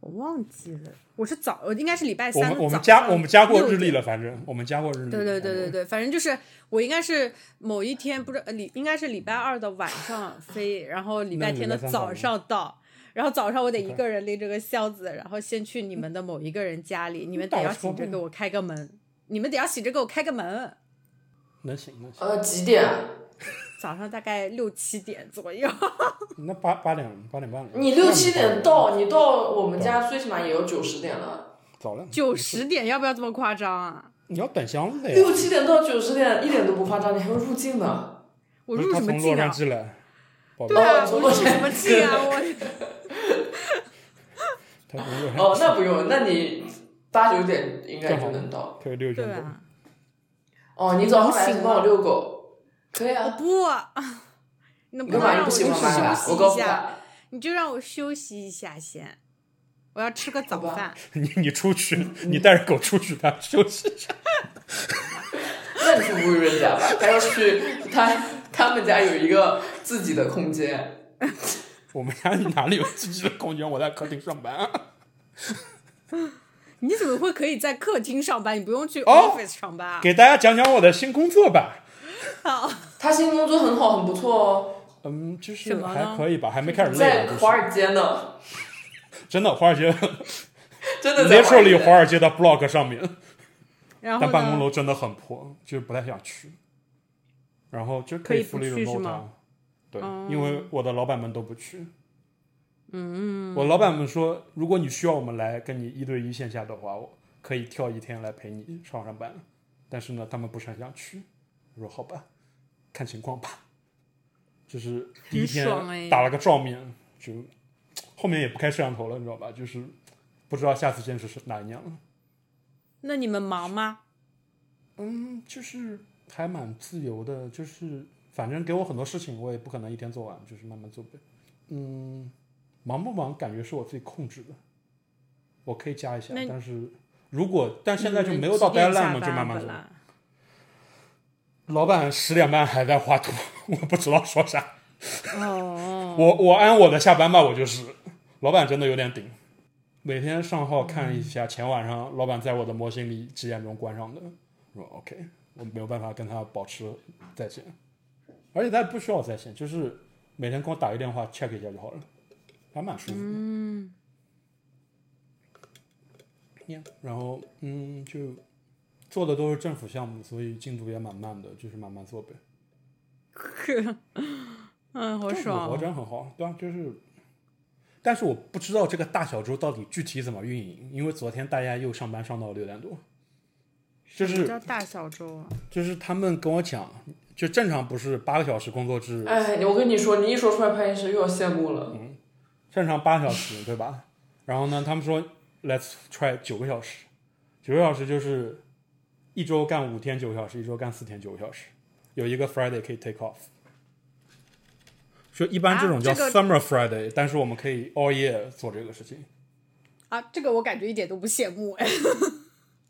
Speaker 2: 我忘记了，我是早，我应该是礼拜
Speaker 3: 我
Speaker 2: 三
Speaker 3: 们我们
Speaker 2: 早
Speaker 3: 加
Speaker 2: 上
Speaker 3: 我们加过
Speaker 2: 六
Speaker 3: 日历
Speaker 2: 点
Speaker 3: 了，反正我们加过日历。
Speaker 2: 对对对对对，反正就是我应该是某一天，不是呃礼，应该是礼拜二的晚上飞，然后礼
Speaker 3: 那
Speaker 2: 拜
Speaker 3: 你
Speaker 2: 天
Speaker 3: 礼
Speaker 2: 的
Speaker 3: 拜三
Speaker 2: 早
Speaker 3: 干嘛
Speaker 2: 上到，然后早上我得一
Speaker 3: OK
Speaker 2: 个人拎着个箱子，然后先去你们的某一个人家里，你们
Speaker 3: 打
Speaker 2: 得
Speaker 3: 个
Speaker 2: 要
Speaker 3: 车
Speaker 2: 醒着
Speaker 3: 呗
Speaker 2: 给我开个门，你们得要醒着给我开个门。
Speaker 3: 能行能行。
Speaker 1: 呃，几点啊？
Speaker 2: 早上大概六七点左右，
Speaker 3: 那八八点八点半了。
Speaker 1: 你六七
Speaker 3: 那
Speaker 1: 点
Speaker 3: 你
Speaker 1: 到，你到我们家最起码也有九十点了。
Speaker 3: 早了，
Speaker 2: 九十点要不要这么夸张啊？
Speaker 3: 你要等箱子的呀
Speaker 1: 六。七点到九十点一点都不夸张，你还会入境呢。
Speaker 2: 我
Speaker 3: 不是
Speaker 2: 入
Speaker 3: 他
Speaker 2: 什么
Speaker 3: 从洛
Speaker 2: 境
Speaker 3: 杉
Speaker 2: 啊？
Speaker 3: 矶来，宝贝
Speaker 2: 对，啊，
Speaker 1: 从
Speaker 2: 我
Speaker 1: 洛
Speaker 2: 入
Speaker 1: 杉
Speaker 2: 什么境啊？我
Speaker 3: [laughs] 他从洛杉矶
Speaker 1: 哦，那不用，那你八九点应该就能到。
Speaker 3: 可以遛一圈
Speaker 2: 对
Speaker 3: 狗。
Speaker 2: 啊，
Speaker 1: 哦，你早上来
Speaker 2: 能行
Speaker 1: 先
Speaker 2: 吗
Speaker 1: 帮我遛狗，可以
Speaker 2: 我
Speaker 1: 啊。
Speaker 2: 不，啊你能
Speaker 1: 你
Speaker 2: 不
Speaker 1: 干嘛？你
Speaker 2: 能
Speaker 1: 不
Speaker 2: 让我
Speaker 1: 喜
Speaker 2: 去
Speaker 1: 欢妈妈？
Speaker 2: 休
Speaker 1: 我
Speaker 2: 息
Speaker 1: 告
Speaker 2: 一
Speaker 1: 诉
Speaker 2: 下？
Speaker 1: 他，
Speaker 2: 你就让我休息一下先，我要吃个早
Speaker 1: 好吧
Speaker 2: 饭。
Speaker 3: [laughs] 你你出去，你带着狗出去，它休息一下。
Speaker 1: 那你去侮辱人家吧。他要去他他们家有一个自己的空间，
Speaker 3: [laughs] 我们家哪里有自己的空间？我在客厅上班、啊
Speaker 2: 你怎么会可以在客厅上班？你不用去
Speaker 3: 哦
Speaker 2: office 上班啊？
Speaker 3: 给大家讲讲我的新工作吧。
Speaker 2: 好，
Speaker 1: 他新工作很好，很不错哦，
Speaker 3: 嗯，就
Speaker 2: 什
Speaker 3: 是
Speaker 2: 么呢
Speaker 3: 还可以吧，还没开始累
Speaker 1: 在
Speaker 3: 呢。
Speaker 1: 华
Speaker 3: 就是
Speaker 1: 尔街呢， [laughs]
Speaker 3: 真的，华尔街
Speaker 1: 真的在
Speaker 3: 接受了华
Speaker 1: 街。
Speaker 3: 尔街的 blog 上面，
Speaker 2: 然后
Speaker 3: 但
Speaker 2: 呢？
Speaker 3: 办公楼真的很破，就是不太想去。然后就
Speaker 2: 可以
Speaker 3: 以
Speaker 2: 不
Speaker 3: fully
Speaker 2: 去是
Speaker 3: remote，啊
Speaker 2: 吗
Speaker 3: 对
Speaker 2: 哦，
Speaker 3: 因为我的老板们都不去。嗯，我老板们说，如果你需要我们来跟你一对一线下的话，我可以跳一天来陪你上上班。但是呢，他们不是很想去。我说好吧，看情况吧。就是第一天
Speaker 2: 很爽哎
Speaker 3: 打了个照面，就后面也不开摄像头了，你知道吧？就是不知道下次见识是哪一年了。
Speaker 2: 那你们忙吗？
Speaker 3: 嗯，就是还蛮自由的，就是反正给我很多事情，我也不可能一天做完，就是慢慢做呗。嗯，忙不忙，感觉是我自己控制的，我可以加一下
Speaker 2: 那，
Speaker 3: 但是如果但 [laughs] 现在就
Speaker 2: 你们
Speaker 3: 没有
Speaker 2: 嗯
Speaker 3: 到
Speaker 2: 几点
Speaker 3: deadline
Speaker 2: 下
Speaker 3: 嘛，就
Speaker 2: 班
Speaker 3: 慢慢
Speaker 2: 本
Speaker 3: 做。
Speaker 2: 来
Speaker 3: 老板十点半还在画图， [laughs] 我不知道说啥，
Speaker 2: 哦，
Speaker 3: 我我按我的下班吧，我就是。老板真的有点顶，每天上号看一下，前晚上老板在我的模型里几点钟关上的，我说 OK，我没有办法跟他保持在线，而且他也不需要在线，就是每天给我打个电话 check 一下就好了，还蛮舒服的。
Speaker 2: 嗯，
Speaker 3: Yeah，然后嗯，就做的都是政府项目，所以进度也蛮慢的，就是慢慢做呗。
Speaker 2: 嗯，好
Speaker 3: 政府
Speaker 2: 爽
Speaker 3: 活
Speaker 2: 哦。
Speaker 3: 真很好，对啊，就是，但是我不知道这个大小周到底具体怎么运营，因为昨天大家又上班上到六点多，就
Speaker 2: 什么
Speaker 3: 是
Speaker 2: 叫大小周啊？
Speaker 3: 就是他们跟我讲，就正常不是八个小时工作制，
Speaker 2: 呃
Speaker 1: 哎，我跟你说，你一说出来潘医师又要羡慕了。
Speaker 3: 嗯正常八小时，对吧？然后呢，他们说 Let's try 九个小时，九个小时就是一周干五天九个小时，一周干四天九个小时，有一个 Friday 可以 take off。说一般这种
Speaker 2: 啊
Speaker 3: 叫
Speaker 2: 这个
Speaker 3: Summer Friday，、但是我们可以 all year 做这个事情。
Speaker 2: 啊，这个我感觉一点都不羡慕哎。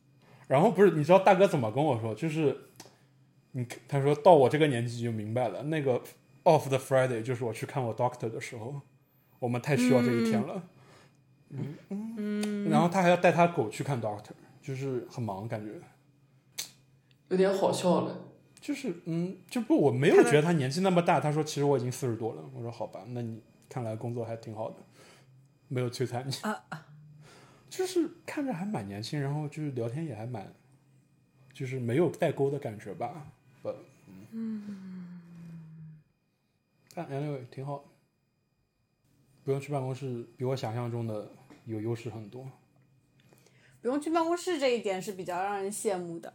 Speaker 2: [laughs]
Speaker 3: 然后不是，你知道大哥怎么跟我说？就是你他说到我这个年纪就明白了，那个 off 的 Friday 就是我去看我 doctor 的时候，我们太需要这一天了。嗯嗯，然后他还要带他狗去看 doctor，就是很忙，感觉
Speaker 1: 有点好笑了。
Speaker 3: 就是嗯，就不我没有觉得他年纪那么大。他说其实我已经四十多了。我说好吧，那你看来工作还挺好的，没有摧残你。
Speaker 2: 啊
Speaker 3: [laughs] 就是看着还蛮年轻，然后就是聊天也还蛮，就是没有代沟的感觉吧。不，嗯，
Speaker 2: 嗯
Speaker 3: 但 anyway 挺好，不用去办公室，比我想象中的有优势很多。
Speaker 2: 不用去办公室这一点是比较让人羡慕的。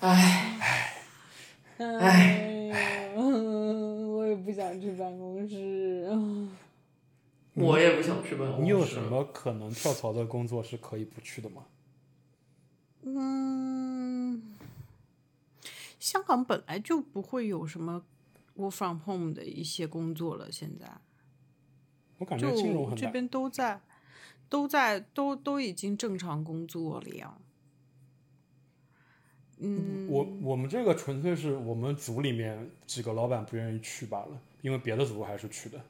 Speaker 1: 哎，
Speaker 2: 哎，我也不想去办公室。 [laughs]
Speaker 1: 我也不想去办公室。
Speaker 3: 你有什？么可能跳槽的工作是可以不去的吗？
Speaker 2: 嗯，香港本来就不会有什么 work from home 的一些工作了，现在
Speaker 3: 我感觉金融
Speaker 2: 就
Speaker 3: 很
Speaker 2: 这
Speaker 3: 难。
Speaker 2: 边都在都在都都已经正常工作了呀。嗯，
Speaker 3: 我我们这个纯粹是我们组里面几个老板不愿意去罢了，因为别的组还是去的，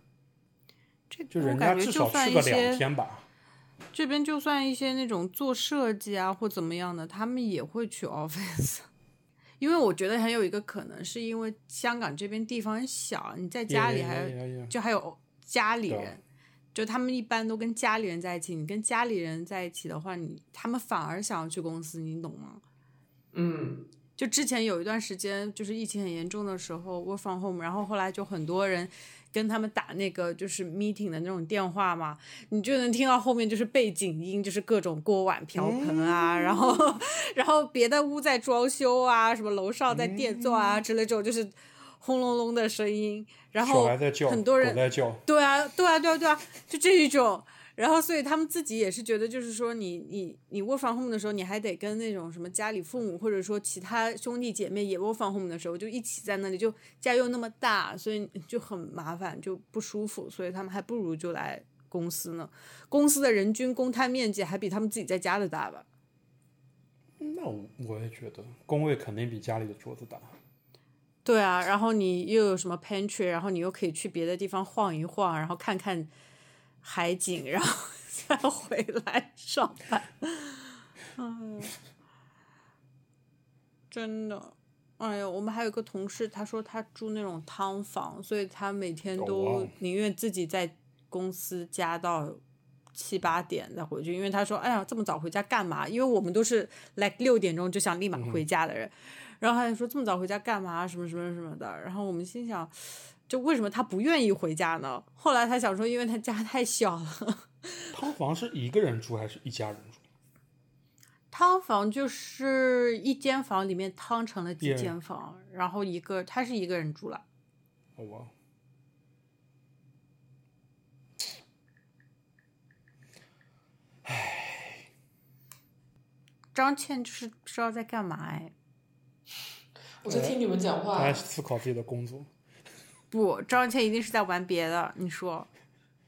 Speaker 2: 这
Speaker 3: 就
Speaker 2: 我
Speaker 3: 人家
Speaker 2: 感觉
Speaker 3: 至
Speaker 2: 就
Speaker 3: 少
Speaker 2: 算
Speaker 3: 去
Speaker 2: 一
Speaker 3: 个两
Speaker 2: 些
Speaker 3: 天吧。
Speaker 2: 这边就算一些那种做设计啊或怎么样的，他们也会去 [laughs] office，因为我觉得很有一个可能是因为香港这边地方小，你在家里还
Speaker 3: Yeah, yeah, yeah, yeah, yeah
Speaker 2: 就还有家里
Speaker 3: 对啊
Speaker 2: 人，就他们一般都跟家里人在一起。你跟家里人在一起的话，你他们反而想要去公司，你懂吗？
Speaker 1: 嗯，
Speaker 2: 就之前有一段时间，就是疫情很严重的时候，work from home，然后后来就很多人跟他们打那个就是 meeting 的那种电话嘛，你就能听到后面就是背景音，就是各种锅碗瓢盆
Speaker 3: 嗯
Speaker 2: 啊，然后然后别的屋在装修啊，什么楼上在电钻啊
Speaker 3: 嗯
Speaker 2: 之类这种就是轰隆隆的声音，然
Speaker 3: 小
Speaker 2: 后
Speaker 3: 孩在叫，
Speaker 2: 很多人
Speaker 3: 狗在叫，
Speaker 2: 对啊，对啊，对啊，对啊，就这一种。然后，所以他们自己也是觉得，就是说你，你你 work from home 的时候，你还得跟那种什么家里父母，或者说其他兄弟姐妹也 work from home 的时候，就一起在那里，就家又那么大，所以就很麻烦，就不舒服。所以他们还不如就来公司呢。公司的人均公摊面积还比他们自己在家的大吧？
Speaker 3: 那我我也觉得工位肯定比家里的桌子大。
Speaker 2: 对啊，然后你又有什么 pantry，然后你又可以去别的地方晃一晃，然后看看海景，然后 [laughs] 再回来上班。哎呦，真的，哎呦，我们还有一个同事，他说他住那种汤房，所以他每天
Speaker 3: 哦
Speaker 2: 都
Speaker 3: 哇
Speaker 2: 宁愿自己在公司加到七八点再回去，因为他说：“哎呀，这么早回家干嘛？”因为我们都是 like 六点钟就想立马
Speaker 3: 嗯
Speaker 2: 回家的人，然后他就说这么早回家干嘛？什么什么什么的。然后我们心想，就为什么他不愿意回家呢？后来他想说，因为他家太小了，
Speaker 3: 汤房是一个人住还是一家人住？
Speaker 2: 汤房就是一间房里面汤成了几
Speaker 3: Yeah
Speaker 2: 间房然后一个他是一个人住了。
Speaker 3: 哦
Speaker 2: 啊
Speaker 3: 哇，
Speaker 2: 张倩就是不知道在干嘛哎。
Speaker 1: 我在听你们讲
Speaker 3: 他
Speaker 1: 话
Speaker 3: 还。思考自己的工作，
Speaker 2: 不，张倩一定是在玩别的。你说，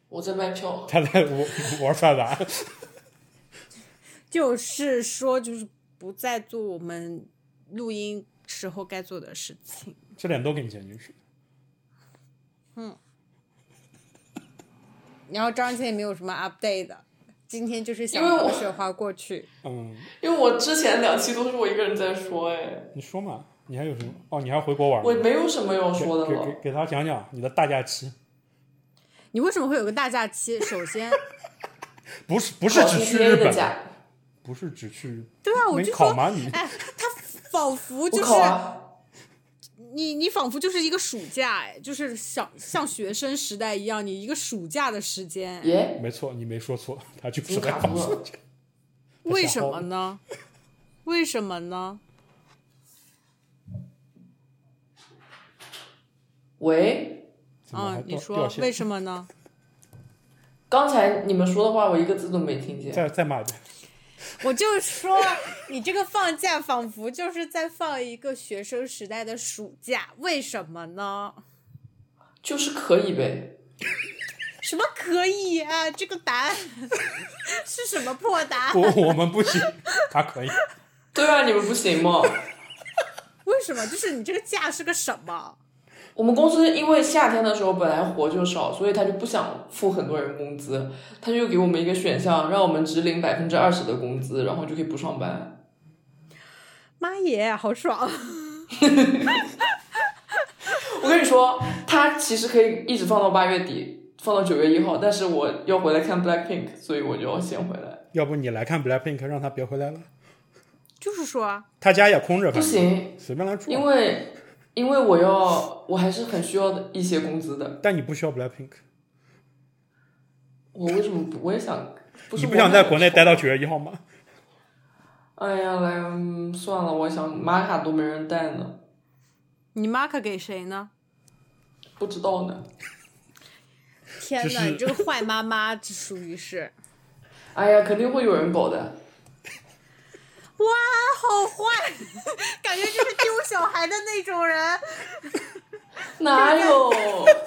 Speaker 1: 我在卖票。
Speaker 3: 他啊在玩玩萨达。
Speaker 2: 就是说，就是不再做我们录音时候该做的事情。
Speaker 3: 这点都给你剪进去。
Speaker 2: 然后张倩也没有什么 update 的，今天就是想
Speaker 1: 因为我
Speaker 2: 流水花过去。
Speaker 3: 嗯，
Speaker 1: 因为我之前两期都是我一个人在说，哎，
Speaker 3: 你说嘛，你还有什么？哦，你还回国玩
Speaker 1: 我
Speaker 3: 呢？
Speaker 1: 没有什么要说的
Speaker 3: 给
Speaker 1: 了啊
Speaker 3: 给。给他讲讲你的大假期，
Speaker 2: 你为什么会有个大假期？首
Speaker 3: [laughs]
Speaker 2: 先，
Speaker 3: 不是不
Speaker 1: 不
Speaker 3: 是只去日本，
Speaker 1: 假，
Speaker 3: 不是只去，
Speaker 2: 对啊， [laughs] 我
Speaker 3: 能
Speaker 2: 就
Speaker 3: 考
Speaker 2: 说，
Speaker 3: 吗你？
Speaker 2: 哎，他仿佛
Speaker 1: 我
Speaker 2: 就是
Speaker 1: 考啊，
Speaker 2: 你，你仿佛就是一个暑假，哎，就是像像学生时代一样，你一个暑假的时间，哎
Speaker 1: 耶，
Speaker 3: 没错，你没说错，他就
Speaker 1: 怎
Speaker 3: 是
Speaker 1: 么
Speaker 3: 在
Speaker 1: 卡
Speaker 3: 放
Speaker 1: 住
Speaker 3: 暑
Speaker 1: 了
Speaker 3: 假。
Speaker 2: [laughs] 啊为什么呢？为什么呢？
Speaker 1: 喂，
Speaker 3: 怎么
Speaker 2: 啊
Speaker 3: 还，
Speaker 2: 你
Speaker 3: 掉
Speaker 2: 说
Speaker 3: 掉线？
Speaker 2: 为什么呢？
Speaker 1: 刚才你们说的话我一个字都没听见。
Speaker 3: 再再骂一遍，
Speaker 2: 我就说，你这个放假仿佛就是在放一个学生时代的暑假，为什么呢？
Speaker 1: 就是可以呗，
Speaker 2: 什么可以啊？这个答案是什么破答案？
Speaker 3: 我我们不行， [laughs] 他可以。
Speaker 1: 对啊，你们不行吗？
Speaker 2: 为什么？就是你这个假是个什么？
Speaker 1: 我们公司因为夏天的时候本来活就少，所以他就不想付很多人工资，他就给我们一个选项，让我们只领百分之二十的工资，然后就可以不上班。
Speaker 2: 妈耶，好爽！ [laughs]
Speaker 1: 我跟你说，他其实可以一直放到八月底，放到九月一号，但是我要回来看 Blackpink，所以我就要先回来。
Speaker 3: 要不你来看 Blackpink，让他别回来了，
Speaker 2: 就是说啊，
Speaker 3: 他家也空着，
Speaker 1: 不
Speaker 3: 反正
Speaker 1: 行，
Speaker 3: 随便来住
Speaker 1: 因
Speaker 3: 啊。
Speaker 1: 为因为我要，我还是很需要一些工资的。
Speaker 3: 但你不需要 Blackpink，
Speaker 1: 我为什么不？我也想，不
Speaker 3: 你
Speaker 1: 是
Speaker 3: 不
Speaker 1: 我
Speaker 3: 想
Speaker 1: 买
Speaker 3: 在
Speaker 1: 的
Speaker 3: 国内
Speaker 1: 时候
Speaker 3: 待到九月一号吗？
Speaker 1: 哎呀，来，嗯，算了，我想玛卡都没人带呢，
Speaker 2: 你妈可给谁呢？
Speaker 1: 不知道呢。
Speaker 2: 天
Speaker 3: 哪就是你这
Speaker 2: 个坏妈妈，这属于是
Speaker 1: 哎呀，肯定会有人搞的。
Speaker 2: [laughs] 哇，好 [laughs] 坏，感觉就是丢小孩的那种人，
Speaker 1: [laughs] 哪有？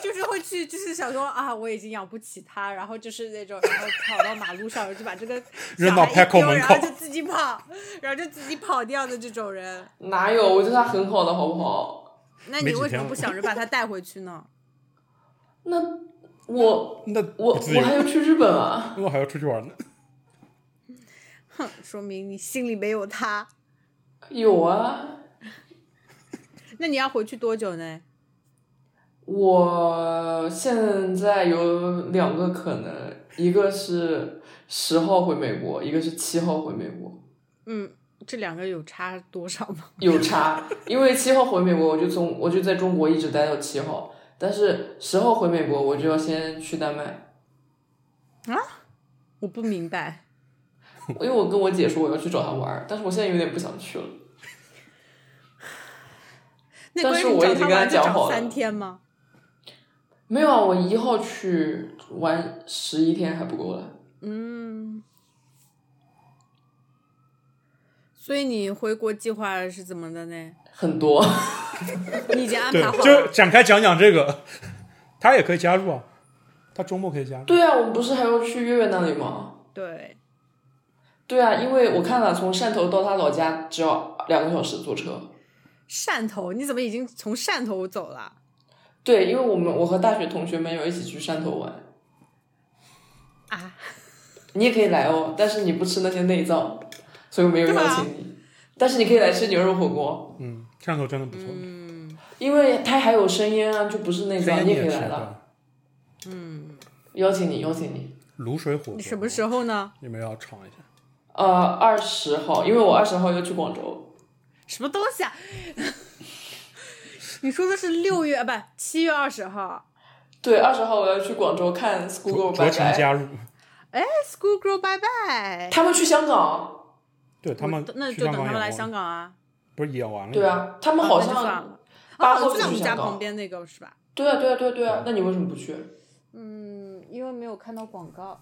Speaker 2: 就是会去，就是想说啊，我已经养不起他，然后就是那种，然后跑到马路上就把这个
Speaker 3: 扔到
Speaker 2: 小孩一
Speaker 3: Petco
Speaker 2: 丢
Speaker 3: 门
Speaker 2: 然
Speaker 3: 口
Speaker 2: 后就自己跑，然后就自己跑掉的这种人。
Speaker 1: [laughs] 哪有？我对他很好的，好不好？
Speaker 2: 那
Speaker 3: 没
Speaker 2: 你
Speaker 3: 几
Speaker 2: 为什
Speaker 3: 天
Speaker 2: 么
Speaker 3: 了
Speaker 2: 不想着把他带回去呢？
Speaker 1: 那我
Speaker 3: 那
Speaker 1: 我
Speaker 3: 不自
Speaker 1: 我
Speaker 3: 由
Speaker 1: 还要去日本啊！ [laughs]
Speaker 3: 因为我还要出去玩呢。
Speaker 2: 哼，说明你心里没有他。
Speaker 1: 有啊，
Speaker 2: 那你要回去多久呢？
Speaker 1: 我现在有两个可能，一个是十号回美国，一个是七号回美国。
Speaker 2: 嗯，这两个有差多少吗？
Speaker 1: 有差，因为七号回美国，我就从我就在中国一直待到七号，但是十号回美国，我就要先去丹麦，
Speaker 2: 我不明白。
Speaker 1: 因为我跟我姐说我要去找她玩儿，但是我现在有点不想去了。
Speaker 2: 那
Speaker 1: 但
Speaker 2: 关
Speaker 1: 是
Speaker 2: 键
Speaker 1: 我
Speaker 2: 找
Speaker 1: 已经
Speaker 2: 他
Speaker 1: 跟他
Speaker 2: 玩就
Speaker 1: 讲
Speaker 2: 找
Speaker 1: 好了
Speaker 2: 三天吗？
Speaker 1: 没有啊，我一号去玩十一天还不够了。
Speaker 2: 嗯。所以你回国计划是怎么的呢？
Speaker 1: 很多，
Speaker 2: 你已经安
Speaker 3: 对
Speaker 2: 排好，
Speaker 3: 就
Speaker 2: 了。
Speaker 3: 展开讲讲这个，他也可以加入啊，他周末可以加入。
Speaker 1: 对啊，我们不是还要去月月那里吗？
Speaker 2: 对，
Speaker 1: 对啊，因为我看了从汕头到她老家只要两个小时坐车。
Speaker 2: 汕头，你怎么已经从汕头走了？
Speaker 1: 对，因为我们我和大学同学们有一起去汕头玩，
Speaker 2: 啊，
Speaker 1: 你也可以来哦，但是你不吃那些内脏，所以我没有邀请你。但是你可以来吃牛肉火锅，
Speaker 3: 嗯，汕头真的不错，
Speaker 2: 嗯
Speaker 1: 因为它还有生腌啊，就不是内
Speaker 3: 这些
Speaker 1: 脏，
Speaker 3: 你
Speaker 1: 也可以
Speaker 3: 吃啊
Speaker 1: 来
Speaker 3: 对
Speaker 1: 了。
Speaker 3: 吧？
Speaker 2: 嗯，
Speaker 1: 邀请你，邀请你。
Speaker 3: 卤水火锅，
Speaker 2: 你什么时候呢？
Speaker 3: 你们要尝一下？
Speaker 1: 呃，二十号，因为我二十号要去广州，
Speaker 2: 什么东西啊？ [laughs] 你说的是六月啊，不七月二十号。
Speaker 1: 对，二十号我要去广州看 School
Speaker 3: 酌
Speaker 1: Girl
Speaker 3: 酌
Speaker 1: 拜
Speaker 3: 情
Speaker 1: 拜。
Speaker 3: 加入，
Speaker 2: School girl，拜拜。
Speaker 1: 他们去香港，
Speaker 3: 对他们
Speaker 2: 我那
Speaker 3: 去
Speaker 2: 就
Speaker 3: 香
Speaker 2: 等他
Speaker 3: 港演
Speaker 2: 们来
Speaker 3: 完
Speaker 2: 香
Speaker 3: 了
Speaker 2: 港啊。
Speaker 3: 不是演完了？
Speaker 1: 对，啊，他们好
Speaker 2: 啊那就算
Speaker 1: 像，
Speaker 2: 了
Speaker 1: 八
Speaker 2: 哦，
Speaker 1: 号
Speaker 2: 就在我
Speaker 1: 就
Speaker 2: 们
Speaker 1: 去
Speaker 2: 家
Speaker 1: 香港
Speaker 2: 旁边那个是吧？
Speaker 1: 对啊，对啊，对啊，对啊。那你为什么不去？
Speaker 2: 嗯，因为没有看到广告。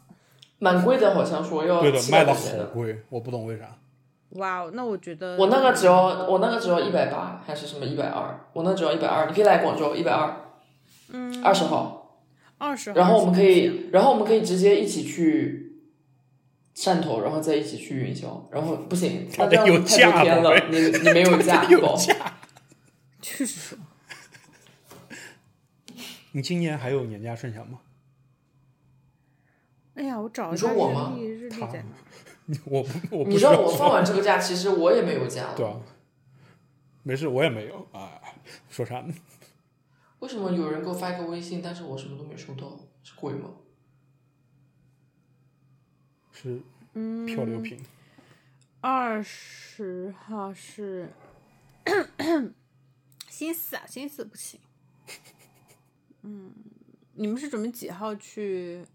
Speaker 1: 蛮贵的，好像说要
Speaker 3: 对的，
Speaker 1: [laughs] 700
Speaker 3: 卖的
Speaker 1: 块钱
Speaker 3: 好贵，我不懂为啥。
Speaker 2: 哇哦，那我觉得
Speaker 1: 我那个只要我那个只要一百八还是什么一百二，我那只要一百二，你可以来广州一百二，
Speaker 2: 嗯
Speaker 1: 二十号，
Speaker 2: 二十，
Speaker 1: 然后我们可以，然后我们可以直接一起去汕头，然后再一起去云霄，然后不
Speaker 3: [laughs]
Speaker 1: 行，
Speaker 3: 哎
Speaker 1: 那这样
Speaker 3: 有
Speaker 1: 子太
Speaker 3: 价
Speaker 1: 多天
Speaker 3: 宝
Speaker 1: 了
Speaker 3: 贝，
Speaker 1: 你你没有
Speaker 3: [laughs]
Speaker 1: 假
Speaker 3: 有
Speaker 1: 搞，
Speaker 3: 假。
Speaker 2: 去是什么？
Speaker 3: 你今年还有年假剩下吗？ [laughs]
Speaker 2: 哎呀，我找
Speaker 1: 你
Speaker 2: 一
Speaker 1: 说
Speaker 2: 下
Speaker 1: 我吗
Speaker 2: 日历，日历
Speaker 3: 他
Speaker 2: 在哪？
Speaker 3: 你我不我不
Speaker 1: 你知道啊
Speaker 3: 知道
Speaker 1: [laughs] 我放完这个假，其实我也没有假了，
Speaker 3: 对啊，没事，我也没有啊，说啥呢？
Speaker 1: 为什么有人给我发一个微信，但是我什么都没收到？是鬼吗？
Speaker 3: 是漂流瓶，
Speaker 2: 嗯二十号是星四啊，星四不行。嗯，你们是准备几号去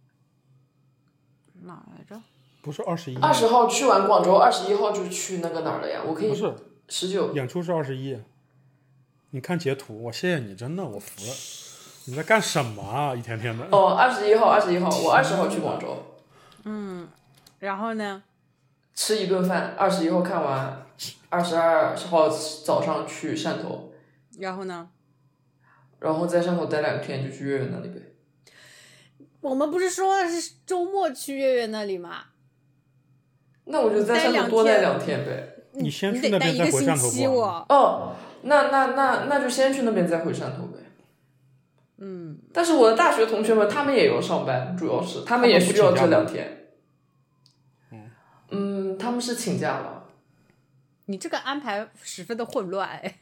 Speaker 2: 哪儿来着？
Speaker 3: 不是二十一，
Speaker 1: 二十号去完广州，二十一号就去那个哪儿了呀？我可
Speaker 3: 不
Speaker 1: 以
Speaker 3: 是
Speaker 1: 十九，
Speaker 3: 演出是二十一。你看截图，我谢谢你，真的我服了。你在干什么啊？一天天的。
Speaker 1: 哦，二十一号，二十一号，我二十号去广州
Speaker 2: 然后呢？
Speaker 1: 吃一顿饭，二十一号看完，二十二号早上去汕头，
Speaker 2: 然后呢？
Speaker 1: 然后在汕头待两天，就去月月那里呗。
Speaker 2: 我们不是说的是周末去月月那里吗？
Speaker 1: 那我就在
Speaker 2: 待
Speaker 1: 汕
Speaker 2: 两
Speaker 1: 头多待
Speaker 2: 天
Speaker 1: 两天呗。
Speaker 3: 你先
Speaker 2: 你
Speaker 3: 去
Speaker 2: 得
Speaker 3: 那
Speaker 2: 待
Speaker 3: 边
Speaker 2: 一
Speaker 3: 再
Speaker 2: 个
Speaker 3: 回
Speaker 2: 星
Speaker 3: 汕头
Speaker 2: 期
Speaker 3: 不啊晚吗？
Speaker 2: 我。
Speaker 1: 哦，那那那那就先去那边，再回汕头呗。
Speaker 2: 嗯，
Speaker 1: 但是我的大学同学们，他们也有上班，主要是他们也需要这两天。嗯，他们是请假了。
Speaker 2: 你这个安排十分的混乱哎。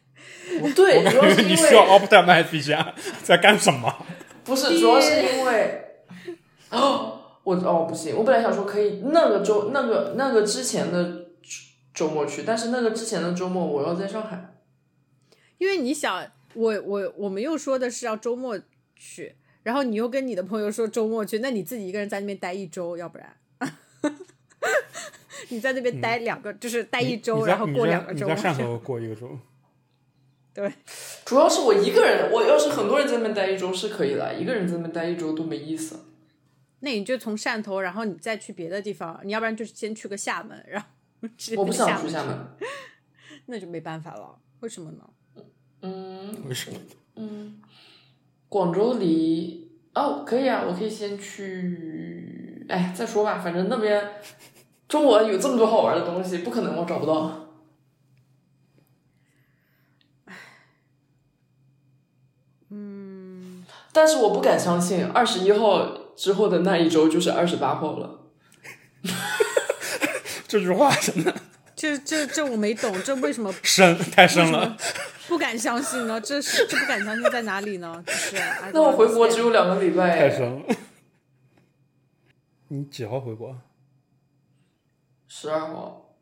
Speaker 1: 对，主要 [laughs] 是
Speaker 3: 你
Speaker 1: 因
Speaker 3: 需要
Speaker 1: 为
Speaker 3: optimize 一下，在干什么？
Speaker 1: 不是，主要是因为 [laughs] 哦，我哦不行，我本来想说可以那个周那个那个之前的周末去，但是那个之前的周末我要在上海。
Speaker 2: 因为你想，我我我们又说的是要周末去，然后你又跟你的朋友说周末去，那你自己一个人在那边待一周，要不然， [laughs] 你在那边待两个，就是待一
Speaker 3: 嗯你
Speaker 2: 周，
Speaker 3: 在
Speaker 2: 然后
Speaker 3: 你
Speaker 2: 过
Speaker 3: 在
Speaker 2: 两个
Speaker 3: 你
Speaker 2: 周
Speaker 3: 在。汕头过一个周，
Speaker 2: 对，
Speaker 1: 主要是我一个人，我要是很多人在那边待一周是可以了，一个人在那边待一周多没意思。
Speaker 2: [laughs] 那你就从汕头，然后你再去别的地方，你要不然就是先去个厦门，然后 [laughs] 直接
Speaker 1: 我不
Speaker 2: 厦
Speaker 1: 想
Speaker 2: 门
Speaker 1: 去厦门，
Speaker 2: 那就没办法了。为什么呢？
Speaker 1: 嗯
Speaker 3: 为什么？
Speaker 1: 嗯，广州离哦可以啊，我可以先去，哎，再说吧，反正那边中国有这么多好玩的东西，不可能我找不到。
Speaker 2: 嗯，
Speaker 1: 但是我不敢相信，二十一号之后的那一周就是二十八号了。
Speaker 3: 这句话真的
Speaker 2: 这这这我没懂，这为什么
Speaker 3: 深 [laughs] 太
Speaker 1: [laughs]
Speaker 3: 深了。
Speaker 2: 不敢相信呢？这是这不敢相信在哪里呢？就是哎
Speaker 1: 那我回国只有两个礼
Speaker 3: 太
Speaker 1: 拜，
Speaker 3: 深了。 [laughs] 你几号回国？
Speaker 1: 十二号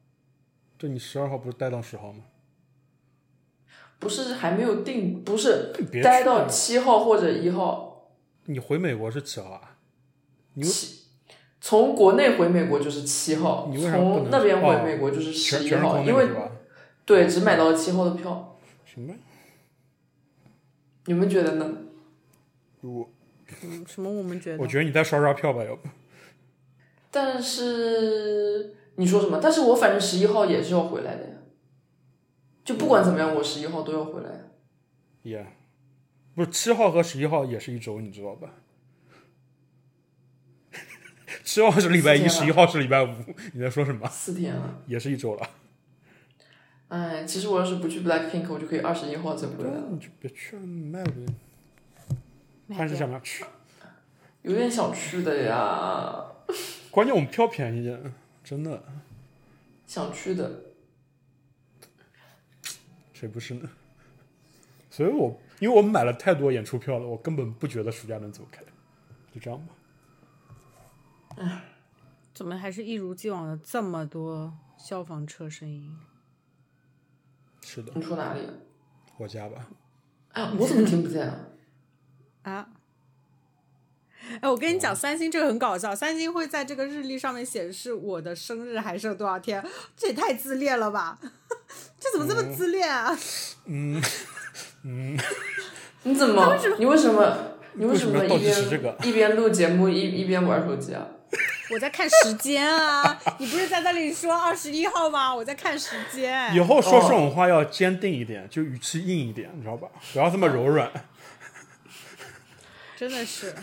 Speaker 3: 就你十二号不是待到十号吗？
Speaker 1: 不是还没有定，不是
Speaker 3: 别
Speaker 1: 待
Speaker 3: 去
Speaker 1: 到
Speaker 3: 了
Speaker 1: 七号或者一号，
Speaker 3: 你回美国是几号啊？你为
Speaker 1: 从国内回美国就是七号，
Speaker 3: 你为啥不能
Speaker 1: 从那边
Speaker 3: 哦
Speaker 1: 回美国就是
Speaker 3: 全
Speaker 1: 十一
Speaker 3: 全是
Speaker 1: 号，
Speaker 3: 国内
Speaker 1: 因
Speaker 3: 的
Speaker 1: 为
Speaker 3: 是吧？
Speaker 1: 对只买到七号的票。
Speaker 3: 行呗。
Speaker 1: 你们觉得呢？
Speaker 3: 我
Speaker 2: 嗯什么？我们觉得
Speaker 3: 我觉得你再刷刷票吧，要不
Speaker 1: 但是你说什么？但是我反正十一号也是要回来的呀，就不管怎么样，我十一号都要回来。
Speaker 3: 也、不是七号和十一号也是一周，你知道吧？ [laughs] 七号是礼拜
Speaker 1: 四
Speaker 3: 一，十
Speaker 1: 天
Speaker 3: 一
Speaker 1: 了
Speaker 3: 号是礼拜五。你在说什么？
Speaker 1: 四天了，
Speaker 3: 也是一周了。
Speaker 1: 哎，其实我要是不去 Blackpink，我就可以二十一号再回来了。
Speaker 3: 你就别去了，卖呗。
Speaker 2: 买
Speaker 3: 但是
Speaker 2: 票
Speaker 3: 想不想去？
Speaker 1: 有点想去的呀，
Speaker 3: 关键我们票便宜点，真的，
Speaker 1: 想去的。
Speaker 3: 谁不是呢？ [laughs] 所以我因为我们买了太多演出票了，我根本不觉得暑假能走开。就这样吧，
Speaker 2: 怎么还是一如既往的这么多消防车声音？
Speaker 3: 是的，
Speaker 1: 你说哪里？啊
Speaker 3: 我家吧。
Speaker 1: 哎，我怎么听不见啊？
Speaker 2: 啊！哎，我跟
Speaker 3: 哦
Speaker 2: 你讲，三星这个很搞笑，三星会在这个日历上面显示我的生日还剩多少天，这也太自恋了吧！ [laughs] 这怎么这
Speaker 3: 嗯
Speaker 2: 么自恋啊？ [laughs]
Speaker 1: 你怎么？你为什么？你为什么
Speaker 3: 为什么
Speaker 1: 一
Speaker 3: 要到底是这个
Speaker 1: 边一边录节目一一边玩手机啊？
Speaker 2: 我在看时间啊，你不是在那里说二十一号吗？我在看时
Speaker 1: 哎
Speaker 2: 间
Speaker 3: 以。后
Speaker 1: 哦
Speaker 3: 说这种话要坚定一点，就语气硬一点，你知道吧？不要这么柔软。
Speaker 1: 哦
Speaker 2: 真的
Speaker 3: [laughs]
Speaker 2: 是，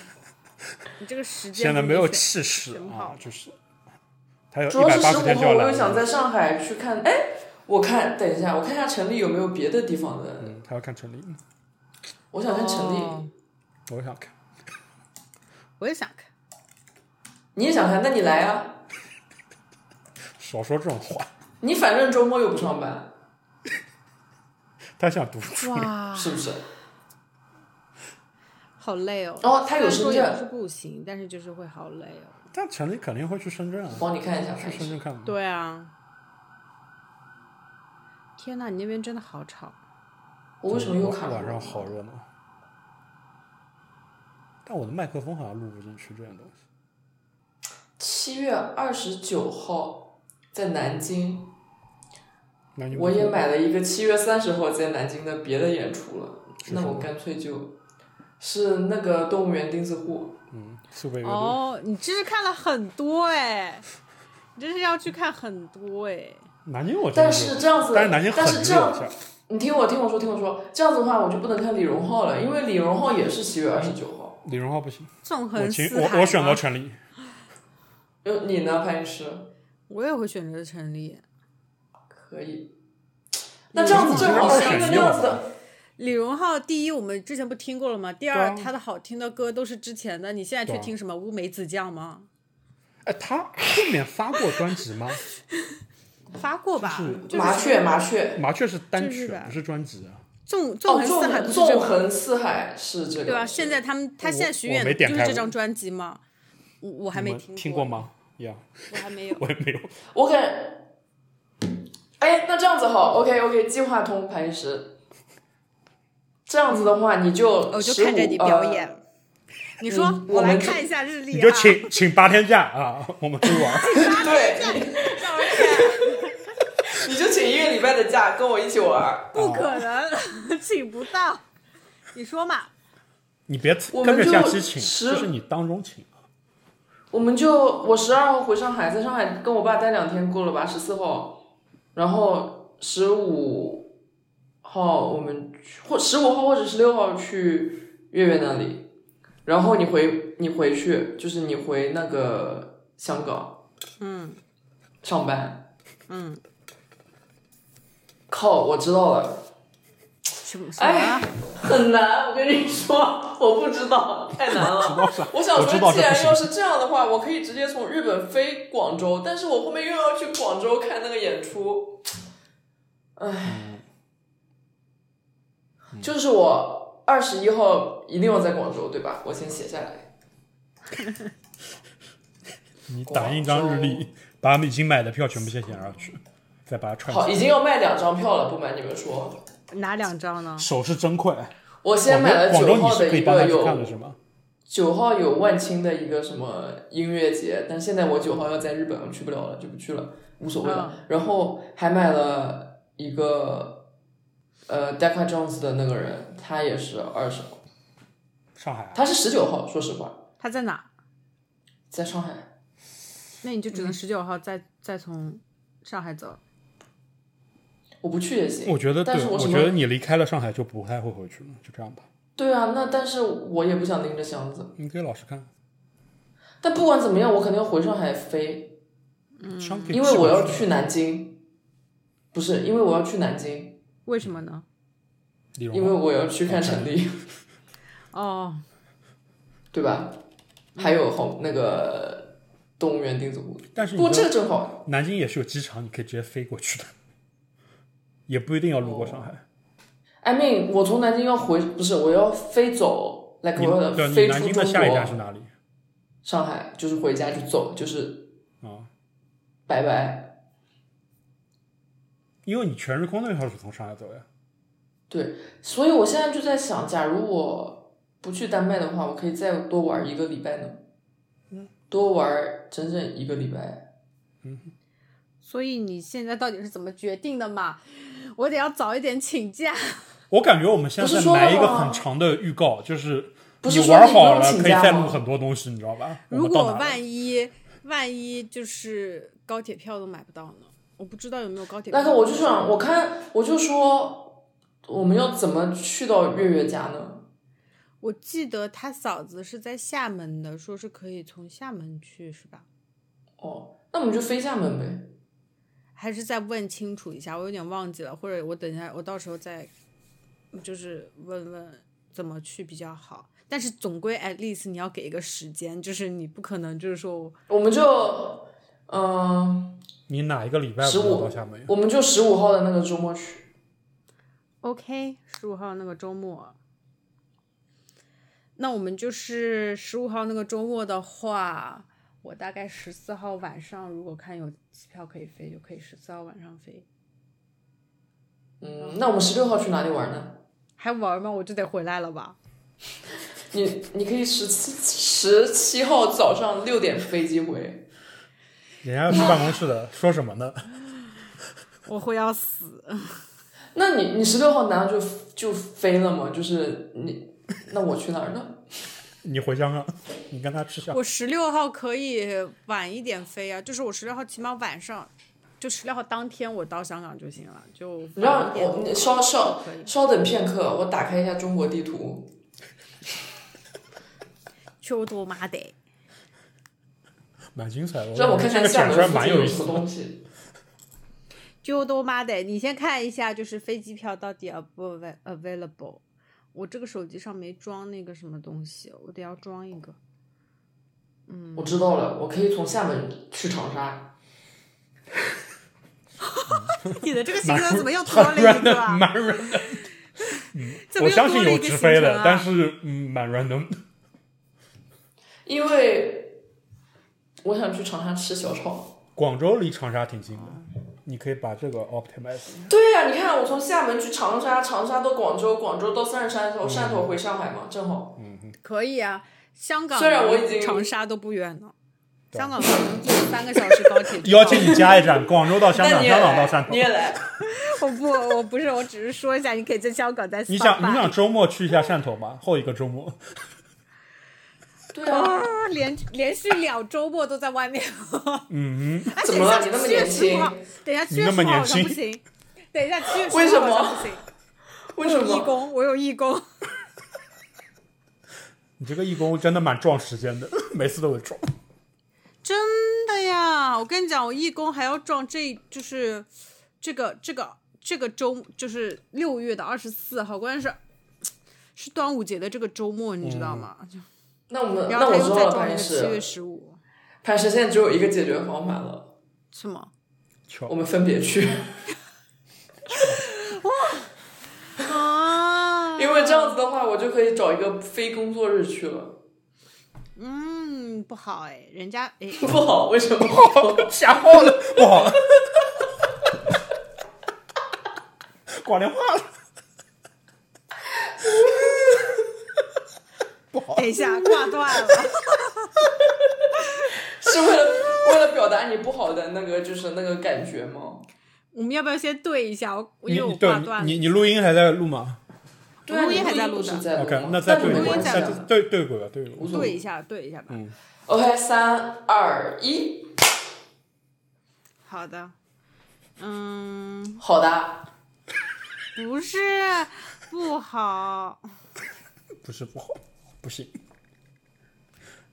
Speaker 2: 你这个时间
Speaker 3: 显得没有
Speaker 2: 真的是
Speaker 3: 气势
Speaker 2: 挺
Speaker 3: 啊
Speaker 2: 好，
Speaker 3: 就是他有
Speaker 1: 主
Speaker 3: 呃
Speaker 1: 要
Speaker 3: 一
Speaker 1: 是
Speaker 3: 百
Speaker 1: 十
Speaker 3: 八十
Speaker 1: 五
Speaker 3: 天就
Speaker 1: 号，
Speaker 3: 要
Speaker 1: 我
Speaker 3: 来
Speaker 1: 又想
Speaker 3: 了，
Speaker 1: 在上海去看。哎，我看，等一下，我看一下城里有没有别的地方的。
Speaker 3: 嗯，他要看陈立，
Speaker 1: 我想看陈立，
Speaker 2: 哦
Speaker 3: 我想看，
Speaker 2: 我也想
Speaker 3: [laughs]
Speaker 2: 看。
Speaker 1: 你也想看，那你来啊！
Speaker 3: 少说这种话，
Speaker 1: 你反正周末又不上班，
Speaker 3: 他想独处。
Speaker 2: 哇，
Speaker 1: 是不是？
Speaker 2: 好累哦。
Speaker 1: 然后他有
Speaker 2: 虽
Speaker 1: 深
Speaker 2: 然说也不是
Speaker 1: 圳，
Speaker 2: 不行，但是就是会好累哦。
Speaker 3: 但陈立肯定会去深圳啊，
Speaker 1: 帮你看一下，看
Speaker 3: 去
Speaker 1: 一下
Speaker 3: 深圳看嘛。
Speaker 2: 对啊。天呐，你那边真的好吵。
Speaker 1: 我为什么又卡了？
Speaker 3: 晚上好热闹？但我的麦克风好像录不进去这种东西。
Speaker 1: 七月二十九号在南京，
Speaker 3: 那你
Speaker 1: 我也买了一个七月三十号在南京的别的演出了，
Speaker 3: 是
Speaker 1: 那
Speaker 3: 什
Speaker 1: 我
Speaker 3: 么
Speaker 1: 干脆就，是那个动物园钉子户，
Speaker 3: 嗯，苏北乐队、
Speaker 2: 哦，你真是看了很多哎，你真是要去看很多哎。
Speaker 3: 南京我真的
Speaker 1: 但
Speaker 3: 没有
Speaker 1: 是这样子，
Speaker 3: 但是南京很
Speaker 1: 但
Speaker 3: 热
Speaker 1: 是
Speaker 3: 一
Speaker 1: 这样
Speaker 3: 下，
Speaker 1: 你听我听我说听我说，这样子的话我就不能看李荣浩了，因为李荣浩也是七月二十九号。
Speaker 3: 李荣浩不行，
Speaker 2: 纵
Speaker 3: 我
Speaker 2: 横
Speaker 3: 请
Speaker 2: 四海
Speaker 3: 我我选择
Speaker 2: 吗
Speaker 3: 陈立，
Speaker 1: 呃，你呢，潘医师？
Speaker 2: 我也会选择陈立。
Speaker 1: 可以。那这样子正好是一个那样子的，
Speaker 2: 李荣浩，第一我们之前不听过了吗？第
Speaker 3: 对
Speaker 2: 二，
Speaker 3: 啊
Speaker 2: 他的好听的歌都是之前的，你现在
Speaker 3: 对
Speaker 2: 去
Speaker 3: 啊
Speaker 2: 听什么乌梅子酱吗？
Speaker 3: 哎，他后面发过专辑吗？
Speaker 2: 发过吧？
Speaker 3: 就是
Speaker 2: 就是
Speaker 1: 麻雀麻雀，
Speaker 3: 麻雀是单
Speaker 2: 就是
Speaker 3: 曲
Speaker 2: 吧，
Speaker 3: 不是专辑啊。
Speaker 2: 纵纵
Speaker 1: 哦，
Speaker 2: 横
Speaker 1: 纵
Speaker 2: 四海
Speaker 1: 横
Speaker 2: 不是这
Speaker 1: 纵
Speaker 2: 个
Speaker 1: 横四海是这个，
Speaker 2: 对啊吧？现在他们他
Speaker 3: 我
Speaker 2: 现在巡
Speaker 3: 我
Speaker 2: 演
Speaker 3: 没
Speaker 2: 的
Speaker 3: 点
Speaker 2: 就是
Speaker 3: 开
Speaker 2: 这
Speaker 3: 我
Speaker 2: 张专辑嘛，我我还没
Speaker 3: 你们
Speaker 2: 听
Speaker 3: 听
Speaker 2: 过
Speaker 3: 过？吗？呀、。
Speaker 2: 我还没有
Speaker 3: 我也没有。
Speaker 1: 我感，哎，那这样子好，OK OK，计划通磐石。这样子的话，你就
Speaker 2: 我就
Speaker 1: 15
Speaker 2: 看着你表演。
Speaker 1: 呃
Speaker 2: 你说、
Speaker 1: 嗯我
Speaker 2: 我来
Speaker 1: 们就
Speaker 2: 看一下日历、啊，
Speaker 3: 你就请请八天假啊，我们出去玩。
Speaker 1: 对，
Speaker 2: 让我看，
Speaker 1: 你就请一个礼拜的假跟我一起玩儿。
Speaker 2: [laughs] 不可能， [laughs] 请不到。你说嘛，
Speaker 3: [laughs] 你别
Speaker 1: 我们
Speaker 3: 跟
Speaker 1: 就
Speaker 3: 着假期请，
Speaker 1: 十
Speaker 3: 这是你当中请。
Speaker 1: 我们就我十二号回上海，在上海跟我爸待两天够了吧？十四号，然后十五号我们去或十五号或者十六号去月月那里，然后你回你回去就是你回那个香港
Speaker 2: 嗯
Speaker 1: 上班。
Speaker 2: 嗯，
Speaker 1: 靠，我知道了，
Speaker 2: 什么什啊么
Speaker 1: 哎，很难，我跟你说，我不知道，太难
Speaker 2: [laughs]
Speaker 1: 了。 [laughs] 我想
Speaker 3: 我知
Speaker 1: 说，
Speaker 3: 道
Speaker 1: 既
Speaker 3: 这不
Speaker 1: 然
Speaker 3: 行
Speaker 1: 要是这样的话，我可以直接从日本飞广州，但是我后面又要去广州看那个演出，唉，
Speaker 3: 嗯
Speaker 1: 就是我二十一号一定要在广州，对吧？我先写下来。
Speaker 3: 你打印一张日
Speaker 1: 广
Speaker 3: 历，把已经买的票全部先写上去，再把它串
Speaker 1: 好，
Speaker 3: 起
Speaker 1: 已经要卖两张票了，不瞒你们说，
Speaker 2: 哪两张呢
Speaker 3: 来。？手是真快。
Speaker 1: 我先买了
Speaker 3: 广州
Speaker 1: 九
Speaker 3: 广
Speaker 1: 号
Speaker 3: 州你是
Speaker 1: 的
Speaker 3: 可以
Speaker 1: 一
Speaker 3: 帮
Speaker 1: 个
Speaker 3: 他去看
Speaker 1: 有
Speaker 3: 的是吗？
Speaker 1: 九号有万青的一个什么音乐节，但现在我九号要在日本，我去不了了，就不去了，无所谓了。然后还买了一个，呃，Decca Jones 的那个人，他也是二十号，
Speaker 3: 上海啊，
Speaker 1: 他是十九号，说实话，
Speaker 2: 他在哪？
Speaker 1: 在上海。
Speaker 2: 那你就只能十九号再、再从上海走。
Speaker 1: 我不去也行，
Speaker 3: 我觉得
Speaker 1: 但
Speaker 3: 对，
Speaker 1: 是
Speaker 3: 我
Speaker 1: 什
Speaker 3: 觉得
Speaker 1: 么？
Speaker 3: 你离开了上海就不太会回去了，就这样吧。
Speaker 1: 对啊，那但是我也不想拎着箱子。
Speaker 3: 你给老师看，
Speaker 1: 但不管怎么样，我肯定要回上海飞，
Speaker 3: 商品
Speaker 1: 嗯因为我要
Speaker 3: 是
Speaker 1: 去南京，不是因为我要去南京，
Speaker 2: 为什么呢？
Speaker 3: 李
Speaker 1: 因为
Speaker 3: 荣浩，
Speaker 1: 我要去看陈立。
Speaker 2: 哦，
Speaker 1: 对吧？还有好那个动物园钉子户，
Speaker 3: 但是
Speaker 1: 不，
Speaker 3: 你
Speaker 1: 这
Speaker 3: 知
Speaker 1: 个正好。
Speaker 3: 道南京也是有机场，你可以直接飞过去的，也不一定要路过上海。
Speaker 1: 哦 I mean，我从南京要回，不是我要飞走，like
Speaker 3: 你
Speaker 1: 我要
Speaker 3: 对，你
Speaker 1: 飞
Speaker 3: 南
Speaker 1: 出
Speaker 3: 京的
Speaker 1: 中
Speaker 3: 下一站是
Speaker 1: 国，
Speaker 3: 哪里？
Speaker 1: 上海就是回家就走，就是
Speaker 3: 啊，
Speaker 1: 拜拜。
Speaker 3: 因为你全日空那条是从上海走呀。
Speaker 1: 所以我现在就在想，假如我不去丹麦的话，我可以再多玩一个礼拜呢，多玩整整一个礼拜。
Speaker 2: 所以你现在到底是怎么决定的嘛？我得要早一点请假。
Speaker 3: 我感觉我们现
Speaker 1: 不
Speaker 3: 在
Speaker 1: 是
Speaker 3: 在
Speaker 1: 说
Speaker 3: 埋一个
Speaker 1: 吗
Speaker 3: 很长的预告，就是
Speaker 1: 不是说
Speaker 3: 玩
Speaker 1: 你不
Speaker 3: 好
Speaker 1: 用
Speaker 3: 了
Speaker 1: 请
Speaker 3: 可以
Speaker 1: 假
Speaker 3: 再
Speaker 1: 吗
Speaker 3: 录很多东西，你知道吧？我
Speaker 2: 如
Speaker 3: 们到
Speaker 2: 果
Speaker 3: 哪了？
Speaker 2: 万一万一就是高铁票都买不到呢？我不知道有没有高铁票。
Speaker 1: 那个我就想，我看我就说，我们要怎么去到月月家呢？
Speaker 2: 我记得他嫂子是在厦门的，说是可以从厦门去是吧？
Speaker 1: 哦，那我们就飞厦门呗。
Speaker 2: 还是再问清楚一下，我有点忘记了，或者我等一下我到时候再就是问问怎么去比较好。但是总归 at least 你要给一个时间，就是你不可能就是说
Speaker 1: 我们就，嗯、
Speaker 3: 你哪一个礼拜
Speaker 1: 15
Speaker 3: 不能到厦门呀？
Speaker 1: 我们就十五号的那个周末去。
Speaker 2: OK，十五号那个周末。那我们就是十五号那个周末的话，我大概十四号晚上如果看有机票可以飞，就可以十四号晚上飞。
Speaker 1: 嗯，那我们十六号去哪里玩呢？
Speaker 2: 还玩吗？我就得回来了 [laughs] 吧？
Speaker 1: 你你可以十七十七号早上六点飞机回，
Speaker 4: 人家是办公室的，说什么呢？
Speaker 2: 我会要死。
Speaker 1: 那你你十六号难道就就飞了吗？就是你，那我去哪儿呢？
Speaker 4: 你回香港，你跟他吃香。
Speaker 2: 我十六号可以晚一点飞啊，就是我十六号起码晚上，就十六号当天我到香港就行了，就晚一
Speaker 1: 你让
Speaker 2: 点
Speaker 1: 我你稍稍
Speaker 2: 啊可以。
Speaker 1: 稍等片刻，我打开一下中国地图。
Speaker 2: 秋多妈得，
Speaker 4: 蛮精彩的。
Speaker 1: 让我看
Speaker 4: 这
Speaker 1: 看
Speaker 4: 个
Speaker 1: 厦
Speaker 4: 展出来
Speaker 1: 门
Speaker 4: 蛮
Speaker 1: 附
Speaker 4: 有
Speaker 1: 近
Speaker 4: 意
Speaker 1: 什
Speaker 4: 思
Speaker 1: 么
Speaker 4: 的。
Speaker 1: 东西。
Speaker 2: 秋多妈得，你先看一下，就是飞机票到底 av available。我这个手机上没装那个什么东西，我得要装一个。
Speaker 1: 我知道了，我可以从厦门去长沙。
Speaker 2: [laughs] 你的这个行
Speaker 4: 蛮
Speaker 2: 程怎
Speaker 4: [laughs]
Speaker 2: 么又多
Speaker 4: 蛮
Speaker 2: 了一
Speaker 4: random，
Speaker 2: 个啊？
Speaker 4: 蛮 random。
Speaker 2: 怎么
Speaker 4: 我
Speaker 2: 又
Speaker 4: 相信
Speaker 2: 多了
Speaker 4: 有
Speaker 2: 一个
Speaker 4: 直
Speaker 2: 行
Speaker 4: 飞
Speaker 2: 程
Speaker 4: 的
Speaker 2: 啊？，
Speaker 4: 但是嗯，蛮 random 的。
Speaker 1: 因为我想去长沙吃小炒。
Speaker 4: 广州离长沙挺近的，你可以把这个
Speaker 2: [laughs]
Speaker 4: optimize。
Speaker 1: 对呀、你看我从厦门去长沙，长沙到广州，广州到三十山
Speaker 4: 嗯
Speaker 1: 头，汕头回上海嘛，正好。
Speaker 2: 可以啊，香港
Speaker 1: 虽然我已经
Speaker 2: 长沙都不远呢，
Speaker 4: 对
Speaker 2: 香港可能坐三个小时高铁就到
Speaker 4: [laughs] 邀请你加一站，广州到香
Speaker 1: 那
Speaker 4: 港，
Speaker 1: 你也
Speaker 4: 香港到汕
Speaker 1: 来，
Speaker 4: 头
Speaker 1: 你。也来。
Speaker 2: [laughs] 我不，我不是，我只是说一下，你可以在香港再
Speaker 4: 你
Speaker 2: 扫
Speaker 4: 想
Speaker 2: 把
Speaker 4: 你想周末去一下汕头吗？后一个周末，
Speaker 1: 对啊，
Speaker 2: 啊连连续两周末都在外面。
Speaker 4: 嗯哼，
Speaker 2: 哎，
Speaker 1: 怎
Speaker 2: 等
Speaker 1: 么
Speaker 2: 一
Speaker 1: 了
Speaker 2: 下，
Speaker 1: 你那么
Speaker 2: 七月
Speaker 1: 年
Speaker 2: 十
Speaker 1: 轻
Speaker 2: 五号，等一下，七
Speaker 4: 你
Speaker 2: 月
Speaker 4: 那
Speaker 2: 十
Speaker 4: 么
Speaker 2: 五号好
Speaker 4: 年
Speaker 2: 像
Speaker 4: 轻
Speaker 2: 不行。等一下，七月十
Speaker 1: 为
Speaker 2: 五
Speaker 1: 什
Speaker 2: 号好像
Speaker 1: 么
Speaker 2: 不行。
Speaker 1: 为什
Speaker 2: 我有义
Speaker 1: 么？
Speaker 2: 工，我有义工。
Speaker 4: 你这个义工真的蛮撞时间的，每次都会撞。
Speaker 2: 真的呀！我跟你讲，我义工还要撞这，就是这个这个这个周，就是六月的二十四号，关键是是端午节的这个周末，你知道吗？就
Speaker 1: 那我们嗯那
Speaker 2: 然后他
Speaker 1: 我
Speaker 2: 又
Speaker 1: 知
Speaker 2: 再
Speaker 1: 道了，
Speaker 2: 撞那
Speaker 1: 潘
Speaker 2: 个
Speaker 1: 医
Speaker 2: 七
Speaker 1: 师。
Speaker 2: 月十五，
Speaker 1: 潘医师现在只有一个解决方法了，
Speaker 2: 是吗？ [laughs]
Speaker 4: 巧
Speaker 1: 我们分别去，
Speaker 2: 啊，
Speaker 1: 因为这样子的话，我就可以找一个非工作日去了。
Speaker 2: 嗯，不好哎，人家哎，
Speaker 1: 不好，为什么？
Speaker 4: [laughs]
Speaker 1: [laughs]
Speaker 4: 吓坏了，不好，挂电话了，
Speaker 2: 等一下哎挂断了， [laughs]
Speaker 1: 是为了为了表达你不好的那个就是那个感觉吗？
Speaker 2: 我们要不要先对一下？我因
Speaker 4: 你
Speaker 2: 为我挂断
Speaker 4: 对
Speaker 2: 了，
Speaker 4: 你你录音还在录吗
Speaker 1: 对啊，
Speaker 2: 录音还在
Speaker 1: 录
Speaker 2: 录
Speaker 1: 不
Speaker 2: 的
Speaker 1: 是在录吗
Speaker 4: ？OK，那再
Speaker 1: 就
Speaker 4: 对
Speaker 1: 没
Speaker 4: 一
Speaker 2: 录
Speaker 4: 个，
Speaker 1: 关
Speaker 2: 音
Speaker 1: 系
Speaker 2: 在
Speaker 4: 再
Speaker 1: 了。
Speaker 4: 对对过吧，对过
Speaker 1: 无
Speaker 4: 吧。
Speaker 1: 所
Speaker 2: 对一
Speaker 1: 谓。
Speaker 2: 下，对一下吧。
Speaker 4: 嗯
Speaker 1: OK，三二一，
Speaker 2: 好的，嗯。
Speaker 1: 好的。
Speaker 2: 不是不好，
Speaker 4: 不是不好，不行，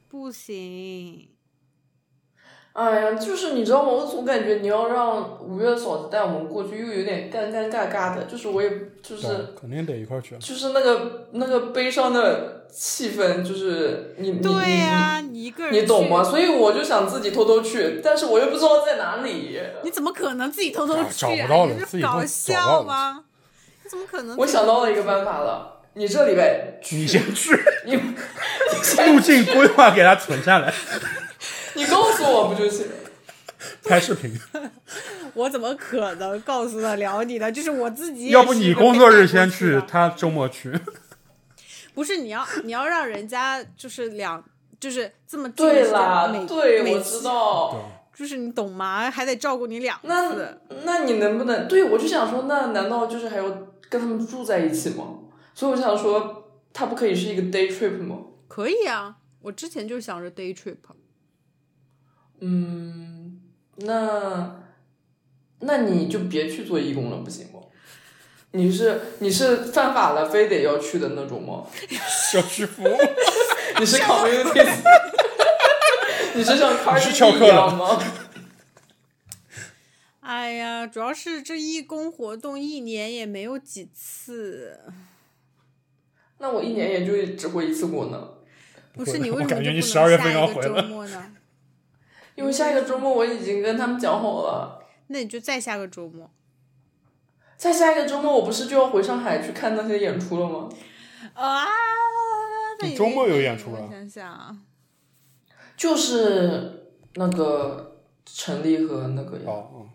Speaker 2: 不行。
Speaker 1: 哎呀，就是你知道吗？我总感觉你要让五月嫂子带我们过去，又有点干干尬尬的，就是我也就是
Speaker 4: 对，肯定得一块儿去。
Speaker 1: 就是那个那个悲伤的气氛，就是你你你
Speaker 2: 对呀、你一个人
Speaker 1: 你你懂吗？
Speaker 2: 去？
Speaker 1: 所以我就想自己偷偷去，但是我又不知道在哪里。
Speaker 2: 你怎么可能自己偷偷
Speaker 4: 找
Speaker 2: 去、
Speaker 4: 找
Speaker 2: 啊？
Speaker 4: 不到了
Speaker 2: 你
Speaker 4: 自
Speaker 2: 是
Speaker 4: 己偷
Speaker 2: 搞
Speaker 4: 找
Speaker 2: 笑
Speaker 4: 到了
Speaker 2: 吗？你怎么可能？
Speaker 1: 我想到了一个办法了，你这礼拜
Speaker 4: 你先去，
Speaker 1: 你
Speaker 4: [laughs] 路径规划给他存下 [laughs] 来，
Speaker 1: 你告诉我不就行？
Speaker 4: 拍视频。
Speaker 2: 我怎么可能告诉得了你呢？就是我自己也是一个
Speaker 4: 要
Speaker 2: 被带
Speaker 4: 不
Speaker 2: 过去的。
Speaker 4: 你工作日先去，他周末去。
Speaker 2: 不是你要你要让人家就是两就是这么近的
Speaker 1: 对
Speaker 2: 时间
Speaker 1: 啦
Speaker 2: 每，
Speaker 1: 对，
Speaker 2: 每
Speaker 1: 我知道。
Speaker 2: 就是你懂吗？还得照顾你两
Speaker 1: 那
Speaker 2: 次。
Speaker 1: 那你能不能？对我就想说，那难道就是还要跟他们住在一起吗？所以我想说，它不可以是一个 day trip 吗？
Speaker 2: 可以啊，我之前就想着 day trip，
Speaker 1: 嗯，那那你就别去做义工了，不行吗？你是你是犯法了，非得要去的那种吗？
Speaker 4: [laughs] 小区服务，
Speaker 1: 你是 community，你是像 Cardi
Speaker 4: 是翘
Speaker 1: B
Speaker 4: 课
Speaker 1: 一
Speaker 4: 了
Speaker 1: 样吗？ [laughs]
Speaker 2: 哎呀，主要是这义工活动一年也没有几次。
Speaker 1: 那我一年也就只回一次国呢，
Speaker 2: 不
Speaker 4: 会
Speaker 2: 是你
Speaker 4: 我
Speaker 2: 为什么就
Speaker 4: 感
Speaker 2: 不
Speaker 4: 觉
Speaker 2: 能
Speaker 4: 你12月份
Speaker 2: 下一
Speaker 4: 要
Speaker 2: 个
Speaker 4: 回
Speaker 2: 周
Speaker 4: 来
Speaker 2: 末呢？
Speaker 1: 因为下一个周末我已经跟他们讲好了。
Speaker 2: 那你就再下个周末。
Speaker 1: 再下一个周末，我不是就要回上海去看那些演出了吗？
Speaker 2: 啊，那
Speaker 3: 你周末有演出啊
Speaker 2: 我想想啊，
Speaker 1: 就是那个陈立和那个
Speaker 3: 哦，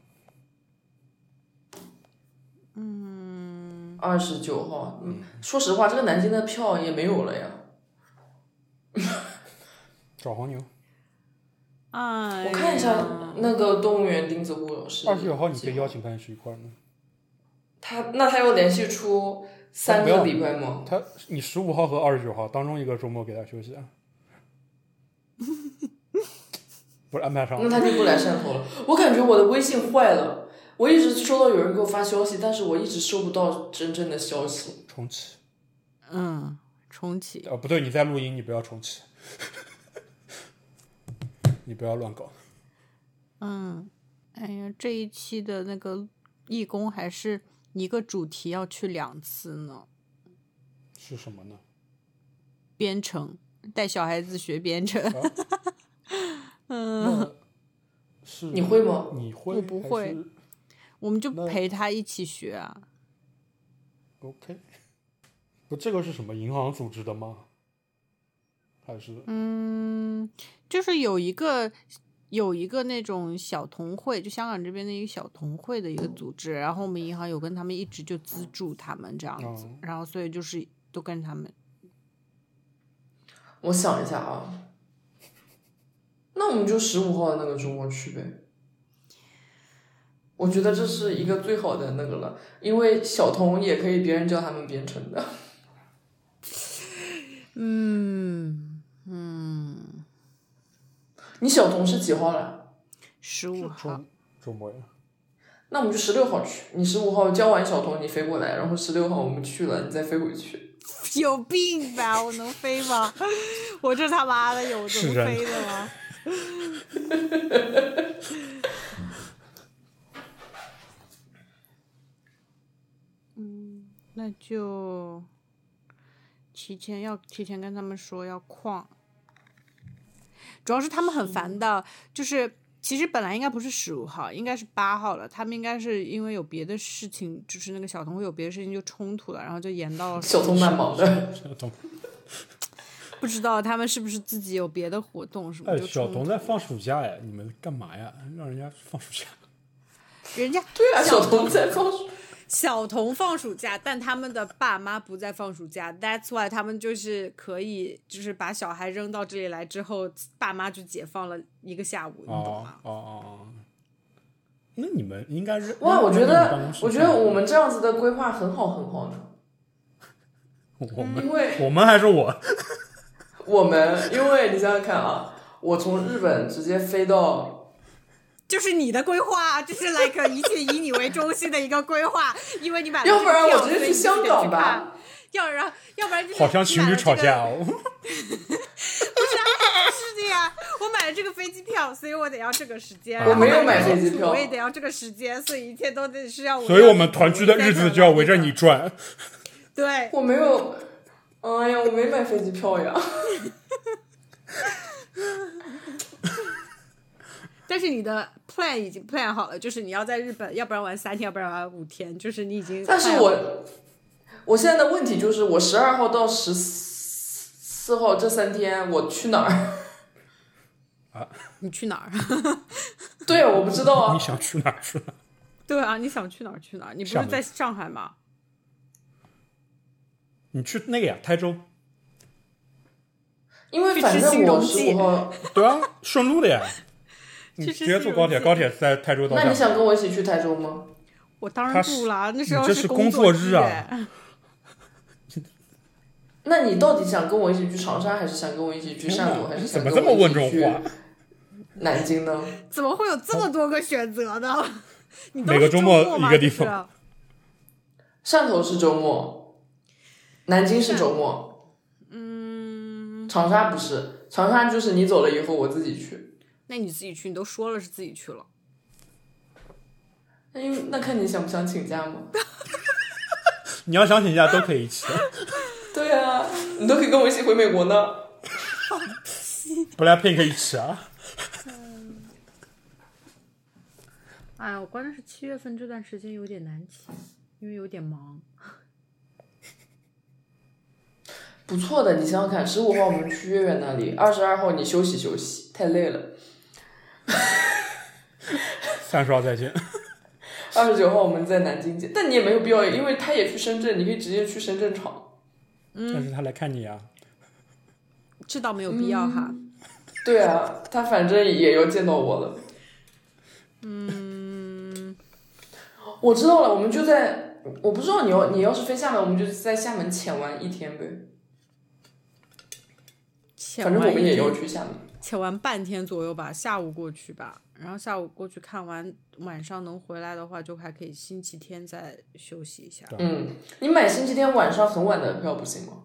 Speaker 3: 嗯
Speaker 1: 二十九号。嗯，说实话，这个南京的票也没有了呀。
Speaker 3: 找黄牛。
Speaker 2: 哎呀，
Speaker 1: 我看一下那个动物园钉子户是
Speaker 3: 二十九号你可以邀请潘石一块儿呢。
Speaker 1: 他，那他要连续出三个礼拜吗？
Speaker 3: 他你十五号和二十九号当中一个周末给他休息啊。 [laughs] 不是安排上
Speaker 1: 那他就不来汕头了。我感觉我的微信坏了，我一直收到有人给我发消息，但是我一直收不到真正的消息。
Speaker 3: 重启？
Speaker 2: 嗯，重启。
Speaker 3: 呃，不对，你在录音，你不要重启， [laughs] 你不要乱搞。
Speaker 2: 嗯，哎呀，这一期的那个义工还是一个主题要去两次呢，
Speaker 3: 是什么呢？
Speaker 2: 编程，带小孩子学编程。 [laughs]
Speaker 3: 啊那是
Speaker 1: 你会吗？
Speaker 3: 你
Speaker 2: 嗯
Speaker 3: 会？
Speaker 2: 我不会。我们就
Speaker 3: 那
Speaker 2: 陪他一起学啊。
Speaker 3: OK。不，这个是什么银行组织的吗？还是
Speaker 2: 嗯，就是有一个有一个那种小童会，就香港这边的一个小童会的一个组织，然后我们银行有跟他们一直就资助他们这样子，
Speaker 3: 哦
Speaker 2: 然后所以就是都跟他们。
Speaker 1: 我想一下啊，那我们就十五号的那个周末去呗。我觉得这是一个最好的那个了，因为小童也可以别人教他们编程的。
Speaker 2: 嗯嗯，
Speaker 1: 你小童是几号来？
Speaker 2: 十五号
Speaker 3: 周周末呀？
Speaker 1: 那我们就十六号去。你十五号教完小童，你飞过来，然后十六号我们去了，你再飞回去。
Speaker 2: [laughs] 有病吧？我能飞
Speaker 3: [laughs]
Speaker 2: 吗？我这他妈的有怎
Speaker 3: 是
Speaker 2: 么
Speaker 3: 人
Speaker 2: 飞的
Speaker 3: [laughs]
Speaker 2: 吗？嗯，那就提前要提前跟他们说要旷，主要是他们很烦
Speaker 3: 嗯
Speaker 2: 的，就是其实本来应该不是十五号，应该是八号了，他们应该是因为有别的事情，就是那个小童会有别的事情就冲突了，然后就延到了
Speaker 1: 小童蛮忙的，
Speaker 2: 不知道他们是不是自己有别的活动什么
Speaker 3: 哎，
Speaker 2: 就
Speaker 3: 小
Speaker 2: 冲
Speaker 3: 童在放暑假哎，你们干嘛呀？让人家放暑假？
Speaker 2: 人家
Speaker 1: [laughs] 对啊，小童在放暑
Speaker 2: 小童放暑假，但他们的爸妈不在放暑假，That's why 他们就是可以就是把小孩扔到这里来之后，爸妈就解放了一个下午，你懂
Speaker 1: 啊
Speaker 3: 哦
Speaker 2: 吗？
Speaker 3: 哦哦哦。那你们应该是
Speaker 1: 哇，我觉
Speaker 3: 那你们办
Speaker 1: 得
Speaker 3: 公，室
Speaker 1: 我觉得我们这样子的规划很好，很好呢。
Speaker 3: 我们
Speaker 1: 因为
Speaker 3: 我们还是我
Speaker 1: 我们，因为你想想看啊，我从日本直接飞到，
Speaker 2: 就是你的规划，就是 like 一切以你为中心的一个规划，因为你买了
Speaker 1: 要不然
Speaker 2: 这个
Speaker 1: 我
Speaker 2: 票
Speaker 1: 直接去香港吧。
Speaker 2: 所以你就得去看要然，要不然就是
Speaker 3: 好像情侣吵架
Speaker 2: 哦。
Speaker 3: 哦。
Speaker 2: 不是、啊，是的呀。我买了这个飞机票，所以我得要这个时间。
Speaker 1: 啊
Speaker 3: 我没有
Speaker 2: 然后
Speaker 1: 买
Speaker 2: 这个
Speaker 1: 飞机
Speaker 2: 住
Speaker 1: 票
Speaker 2: 我也得要这个时间，所以一切都得是要我。
Speaker 3: 所以我们团聚的日子就要围着你。转。
Speaker 2: 对，
Speaker 1: 我没有，哎呀，我没买飞机票
Speaker 3: [laughs]
Speaker 1: 呀。
Speaker 2: 但是你的 plan 已经 plan 好了，就是你要在日本，要不然玩三天，要不然玩五天，就是你已经。
Speaker 1: 但是
Speaker 3: 哎
Speaker 1: 我，我现在的问题就是，我十二号到十四号这三天我去哪儿？ [laughs]
Speaker 2: 你去哪儿？ [laughs]
Speaker 1: 对，我不知道
Speaker 3: 你
Speaker 1: 啊。
Speaker 3: 想去哪儿去哪儿？
Speaker 2: 对啊，你想去哪儿去哪儿？你不
Speaker 3: 厦
Speaker 2: 是
Speaker 3: 门
Speaker 2: 在上海吗？
Speaker 3: 你去那个呀，台州。
Speaker 1: 因为反正我十五号，
Speaker 3: 对啊，顺路
Speaker 1: [laughs]
Speaker 3: 的呀。你
Speaker 2: 去
Speaker 3: 直
Speaker 2: 吃
Speaker 3: 接坐高铁，
Speaker 2: 西游记
Speaker 3: 高铁在台州到
Speaker 1: 那你
Speaker 3: 厦
Speaker 1: 想
Speaker 3: 门。
Speaker 1: 跟我一起去台州吗？
Speaker 2: 我当
Speaker 3: 他
Speaker 2: 然
Speaker 3: 是
Speaker 2: 不啦，那时
Speaker 3: 你
Speaker 2: 候
Speaker 3: 这是工
Speaker 2: 作
Speaker 3: 作日啊
Speaker 2: 日。哎
Speaker 1: 那你到底想跟我一起去长沙，还是想跟我一起去汕头，还是想
Speaker 3: 怎么
Speaker 1: 跟
Speaker 3: 这么
Speaker 1: 我
Speaker 3: 问
Speaker 1: 一起
Speaker 3: 这种
Speaker 1: 去
Speaker 3: 话？
Speaker 1: 南京呢？
Speaker 2: 怎么会有这么多个选择呢？ [laughs] 你都
Speaker 3: 每个
Speaker 2: 是周
Speaker 3: 周末
Speaker 2: 嘛
Speaker 3: 一个地
Speaker 2: 就是
Speaker 3: 方
Speaker 1: 汕头是周末，南京是周末，嗯，长沙不是，长沙就是你走了以后我自己去。
Speaker 2: 那你自己去，你都说了是自己去了。
Speaker 1: 那因为哎那看你想不想请假嘛。 [laughs]
Speaker 3: 你要想请假都可以一起。 [laughs]
Speaker 1: 对啊，你都可以跟我一起回美国呢。
Speaker 3: Blackpink 一起啊。
Speaker 2: 哎呀，我关键是七月份这段时间有点难请。因为有点忙。
Speaker 1: 不错的，你想想看，十五号我们去月月那里，二十二号你休息休息，太累了。
Speaker 3: 三十号再见。
Speaker 1: 二十九号我们在南京见，但你也没有必要，因为他也去深圳，你可以直接去深圳场。嗯
Speaker 3: 但是他来看你啊，
Speaker 2: 这倒没有必要哈。
Speaker 1: 嗯 [laughs] 对啊，他反正也要见到我了。嗯，我知道了，我们就在，我不知道你要你要是飞厦门，我们就在厦门浅玩一天呗，
Speaker 2: 浅
Speaker 1: 反正
Speaker 2: 玩
Speaker 1: 我们
Speaker 2: 一
Speaker 1: 也
Speaker 2: 天
Speaker 1: 要去厦门。
Speaker 2: 且玩半天左右吧，下午过去吧，然后下午过去看完，晚上能回来的话，就还可以星期天再休息一下。
Speaker 1: 嗯，你买星期天晚上很晚的票不行吗？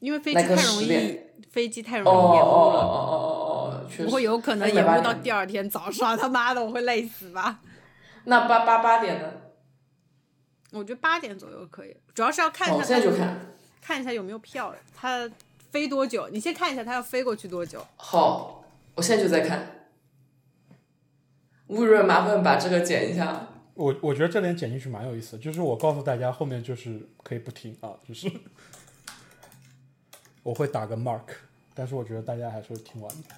Speaker 2: 因为飞机
Speaker 1: 来个
Speaker 2: 太容
Speaker 1: 十
Speaker 2: 易，
Speaker 1: 点。
Speaker 2: 飞机太容
Speaker 1: 哦
Speaker 2: 易
Speaker 1: 哦
Speaker 2: 延
Speaker 1: 哦
Speaker 2: 误
Speaker 1: 哦
Speaker 2: 了，
Speaker 1: 哦哦哦，确
Speaker 2: 我会
Speaker 1: 实。
Speaker 2: 有可能
Speaker 1: 那你
Speaker 2: 延
Speaker 1: 把
Speaker 2: 误到
Speaker 1: 你
Speaker 2: 第二天早上。他妈的，我会累死吧？
Speaker 1: 那八八八点呢？
Speaker 2: 我觉得八点左右可以，主要是要看一
Speaker 1: 哦
Speaker 2: 下，
Speaker 1: 现在就
Speaker 2: 它
Speaker 1: 看。
Speaker 2: 看一下有没有票，它飞多久？你先看一下它要飞过去多久。
Speaker 1: 好，我现在就在看。吴主任，麻烦把这个剪一下。
Speaker 3: 我我觉得这点剪进去蛮有意思，就是我告诉大家后面就是可以不听啊，就是我会打个 mark，但是我觉得大家还是会听完的。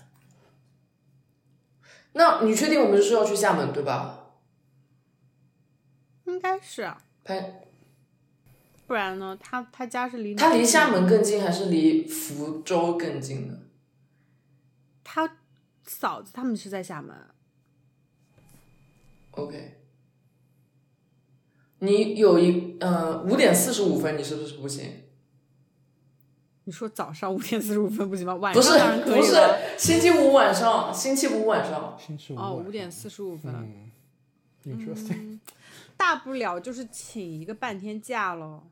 Speaker 1: 那你确定我们是要去厦门对吧？
Speaker 2: 应该是啊，
Speaker 1: 拍，
Speaker 2: 不然呢？他他家是离
Speaker 1: 它离
Speaker 2: 南
Speaker 1: 厦门更近还是离福州更近呢？
Speaker 2: 他嫂子他们是在厦门，
Speaker 1: OK，你有一呃五点四十五分，你是不是不行？
Speaker 2: 你说早上五点四十五分不行吗？晚
Speaker 1: 不
Speaker 2: 上
Speaker 1: 是
Speaker 2: 当然可
Speaker 1: 不
Speaker 2: 以
Speaker 1: 是
Speaker 2: 了。，
Speaker 1: 星期五晚上，星期五晚上，
Speaker 3: 星期五
Speaker 2: 哦，
Speaker 3: 嗯晚
Speaker 2: 五点四十五分，嗯
Speaker 3: 嗯，interesting，、
Speaker 2: 大不了就是请一个半天假咯。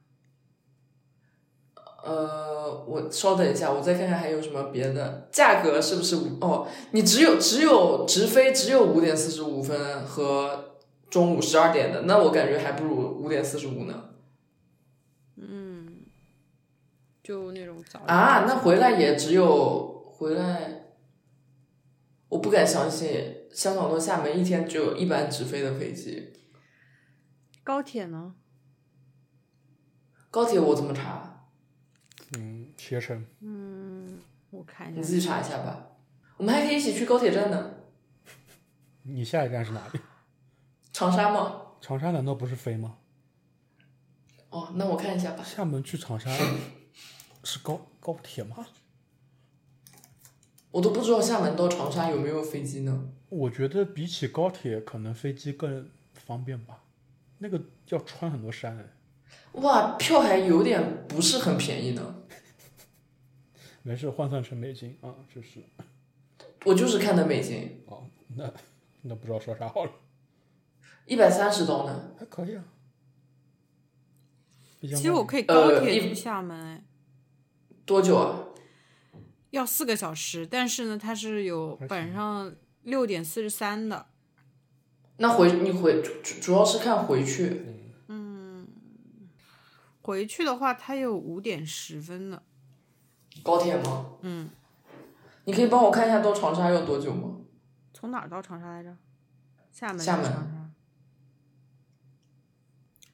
Speaker 1: 呃，我稍等一下，我再看看还有什么别的，价格是不是五？哦，你只有只有直飞只有五点四十五分和中午十二点的，那我感觉还不如五点四十五呢。
Speaker 2: 嗯，就那种早
Speaker 1: 啊，那回来也只有回来，我不敢相信，香港到厦门一天只有一班直飞的飞机，
Speaker 2: 高铁呢？
Speaker 1: 高铁我怎么查？
Speaker 3: 嗯，携程。
Speaker 2: 嗯，我看
Speaker 1: 你
Speaker 2: 一
Speaker 1: 自
Speaker 2: 下，
Speaker 1: 己查一下吧。我们还可以一起去高铁站呢，
Speaker 3: 你下一站是哪里？
Speaker 1: 长沙吗？
Speaker 3: 长沙难道不是飞吗？
Speaker 1: 哦，那我看一下吧。
Speaker 3: 厦门去长沙是高高铁吗？
Speaker 1: 我都不知道厦门到长沙有没有飞机呢。
Speaker 3: 我觉得比起高铁，可能飞机更方便吧。那个要穿很多山哎。
Speaker 1: 哇，票还有点不是很便宜呢。
Speaker 3: 没事，换算成美金啊，就是
Speaker 1: 我就是看的美金，
Speaker 3: 哦，那那不知道说啥好了，
Speaker 1: 一百三十刀呢。
Speaker 3: 还可以啊。毕竟
Speaker 2: 其实我可以
Speaker 1: 呃
Speaker 2: 高铁
Speaker 1: 一
Speaker 2: 去厦门，哎，
Speaker 1: 多久啊？
Speaker 2: 要四个小时，但是呢，它是有
Speaker 3: 还
Speaker 2: 晚上六点四十三的。
Speaker 1: 那回你回主主主要是看回去，
Speaker 2: 回去的话，它有五点十分的，
Speaker 1: 高铁吗？
Speaker 2: 嗯，
Speaker 1: 你可以帮我看一下到长沙要多久吗？
Speaker 2: 从哪儿到长沙来着？厦门。
Speaker 1: 厦门
Speaker 2: 长沙。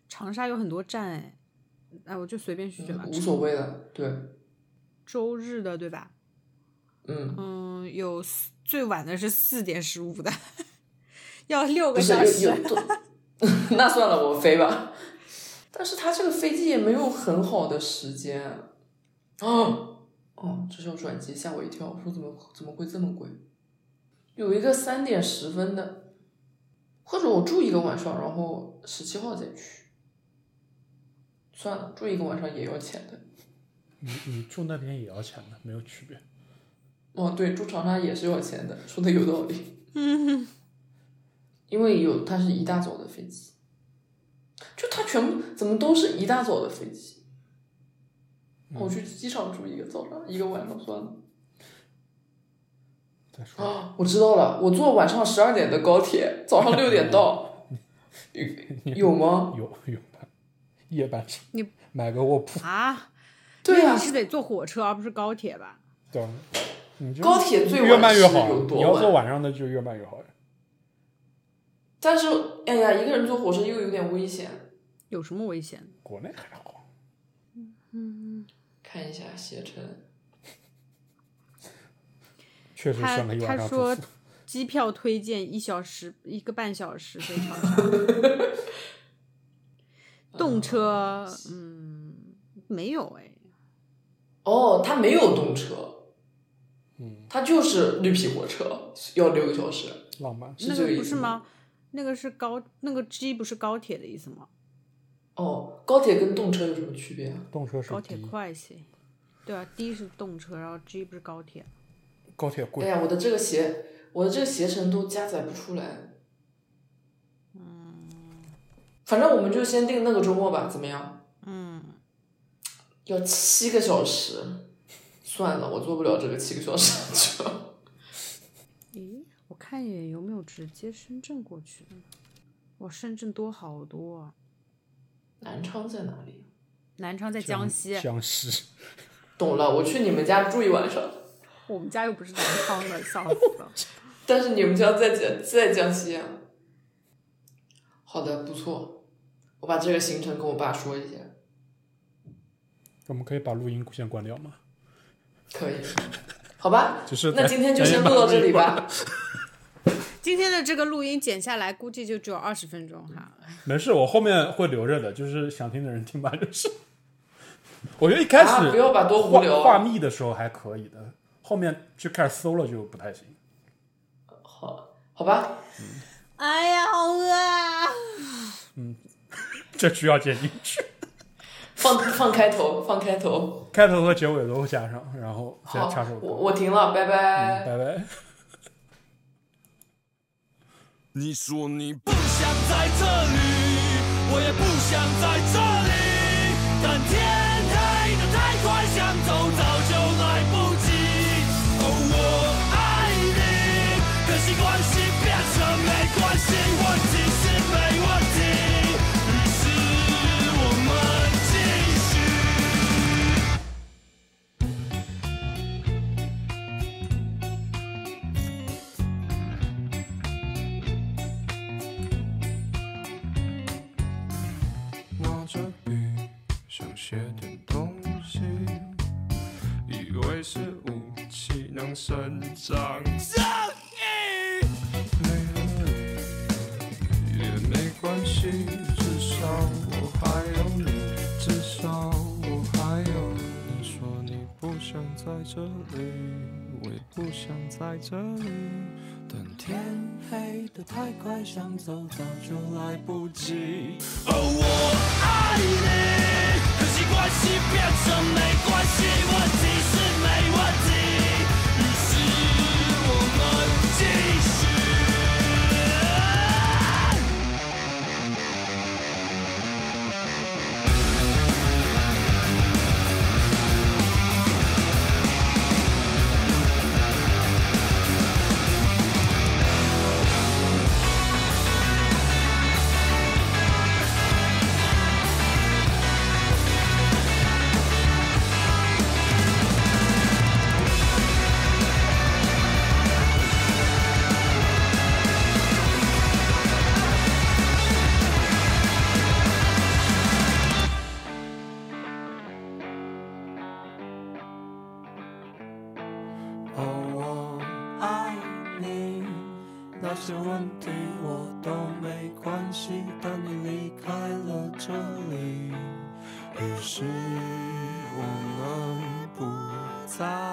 Speaker 2: 长沙有很多站哎，哎，我就随便选吧。
Speaker 1: 嗯无所谓的，对，
Speaker 2: 周日的对吧？
Speaker 1: 嗯，
Speaker 2: 嗯，有四最晚的是四点十五的， [laughs] 要六
Speaker 1: 不
Speaker 2: 个
Speaker 1: 是
Speaker 2: 小时
Speaker 1: 有。有多， [laughs] 那算了，我飞吧。 [laughs] 但是他这个飞机也没有很好的时间，哦，哦，这是要转机，吓我一跳，我说怎么怎么会这么贵？有一个三点十分的，或者我住一个晚上，然后十七号再去。算了，住一个晚上也要钱的。
Speaker 3: 你你住那边也要钱的，没有区别。
Speaker 1: 哦，对，住长沙也是要钱的，说的有道理。嗯，因为有它是一大早的飞机，就它全部怎么都是一大早的飞机。我
Speaker 3: 嗯
Speaker 1: 去机场住一个早上，一个晚上算了。
Speaker 3: 再说，
Speaker 1: 啊， [gasps] 我知道了，我坐晚上十二点的高铁，早上六点
Speaker 3: [laughs]
Speaker 1: 到。有有吗？
Speaker 3: 有有吧，夜班车，
Speaker 2: 你
Speaker 3: 买个卧铺，
Speaker 2: 啊？
Speaker 1: 对
Speaker 2: 那
Speaker 1: 呀、
Speaker 2: 你是得坐火车而不是高铁吧？
Speaker 3: 对吧，你就
Speaker 1: 高铁最
Speaker 3: 越慢
Speaker 1: 晚是
Speaker 3: 越好
Speaker 1: 有，
Speaker 3: 你
Speaker 1: 多
Speaker 3: 要坐
Speaker 1: 晚？
Speaker 3: 晚上的就越慢越好呀。
Speaker 1: 但是哎呀，一个人坐火车又有点危险。
Speaker 2: 有什么危险？
Speaker 3: 国内还好，啊
Speaker 1: 看一下携程，
Speaker 3: 确实
Speaker 2: 他
Speaker 3: 上了一晚
Speaker 2: 他
Speaker 3: 上
Speaker 2: 说
Speaker 3: 厕所。
Speaker 2: 机票推荐一小时一个半小时飞 [laughs] 长沙，动车嗯没有哎，
Speaker 1: 哦，它没有动车，
Speaker 3: 嗯，
Speaker 1: 它就是绿皮火车，要六个小时，
Speaker 3: 浪漫。
Speaker 1: 是
Speaker 2: 那
Speaker 1: 这
Speaker 2: 个
Speaker 1: 个意
Speaker 2: 不
Speaker 1: 思
Speaker 2: 是？吗？那个是高那个 G 不是高铁的意思吗？
Speaker 1: 哦，高铁跟动车有什么区别啊？
Speaker 3: 动车是
Speaker 2: 高铁
Speaker 3: 低
Speaker 2: 快些，对啊，D 是动车，然后 G 不是高铁。
Speaker 3: 高铁
Speaker 1: 哎
Speaker 3: 贵，
Speaker 1: 呀，我的这个携，我的这个携程都加载不出来。嗯，反正我们就先定那个周末吧，怎么样？
Speaker 2: 嗯，
Speaker 1: 要七个小时，算了，我做不了这个七个小时。就
Speaker 2: 咦，我看一眼有没有直接深圳过去的呢？哇，深圳多好多啊！
Speaker 1: 南昌在哪里？
Speaker 2: 南昌在江西，
Speaker 3: 江西。
Speaker 1: 懂了，我去你们家住一晚上，
Speaker 2: 我们家又不是南昌的，笑死了。
Speaker 1: 但是你们家在江在江西啊。好的，不错，我把这个行程跟我爸说一下，
Speaker 3: 我们可以把录音先关掉吗？
Speaker 1: 可以，好吧？
Speaker 3: 就是
Speaker 1: 那
Speaker 3: 咱
Speaker 1: 今天就先录到这里吧。
Speaker 2: 今天的这个录音剪下来，估计就只有二十分钟哈。
Speaker 3: 没事，我后面会留着的，就是想听的人听吧，就是。 [laughs] 我觉得一开
Speaker 1: 啊，不
Speaker 3: 始
Speaker 1: 要吧，多无
Speaker 3: 画
Speaker 1: 聊
Speaker 3: 画
Speaker 1: 啊。
Speaker 3: 密的时候还可以的，后面就开始搜了就不太行。 [laughs]
Speaker 1: 好，好吧，
Speaker 2: 哎呀，好饿啊！
Speaker 3: 这需要剪进去，
Speaker 1: 放放开头，放开头。
Speaker 3: 开头和结尾都加上，然后再
Speaker 1: 好
Speaker 3: 插首，歌嗯
Speaker 1: 我。我停了，拜拜。
Speaker 3: 拜拜。
Speaker 5: 你说你不想在这里，我也不想在这里，但天黑的太快，想走早就来不及。哦，我爱你，可惜关系变成没关系，问题是没问题，于是我们继续。
Speaker 6: 拿着笔想写点东西，以为是武器能伸张
Speaker 5: 正义。
Speaker 6: 没了你也没关系，至少我还有你，至少我还有你。你说你不想在这里，我也不想在这里，但天黑的太快，想走早就来不及。
Speaker 5: 哦，我爱你，可惜关系变成没关系，问题是没问题，于是我们继续。
Speaker 6: 哦，我爱你，那些问题我都没关系，但你离开了这里，于是我们不再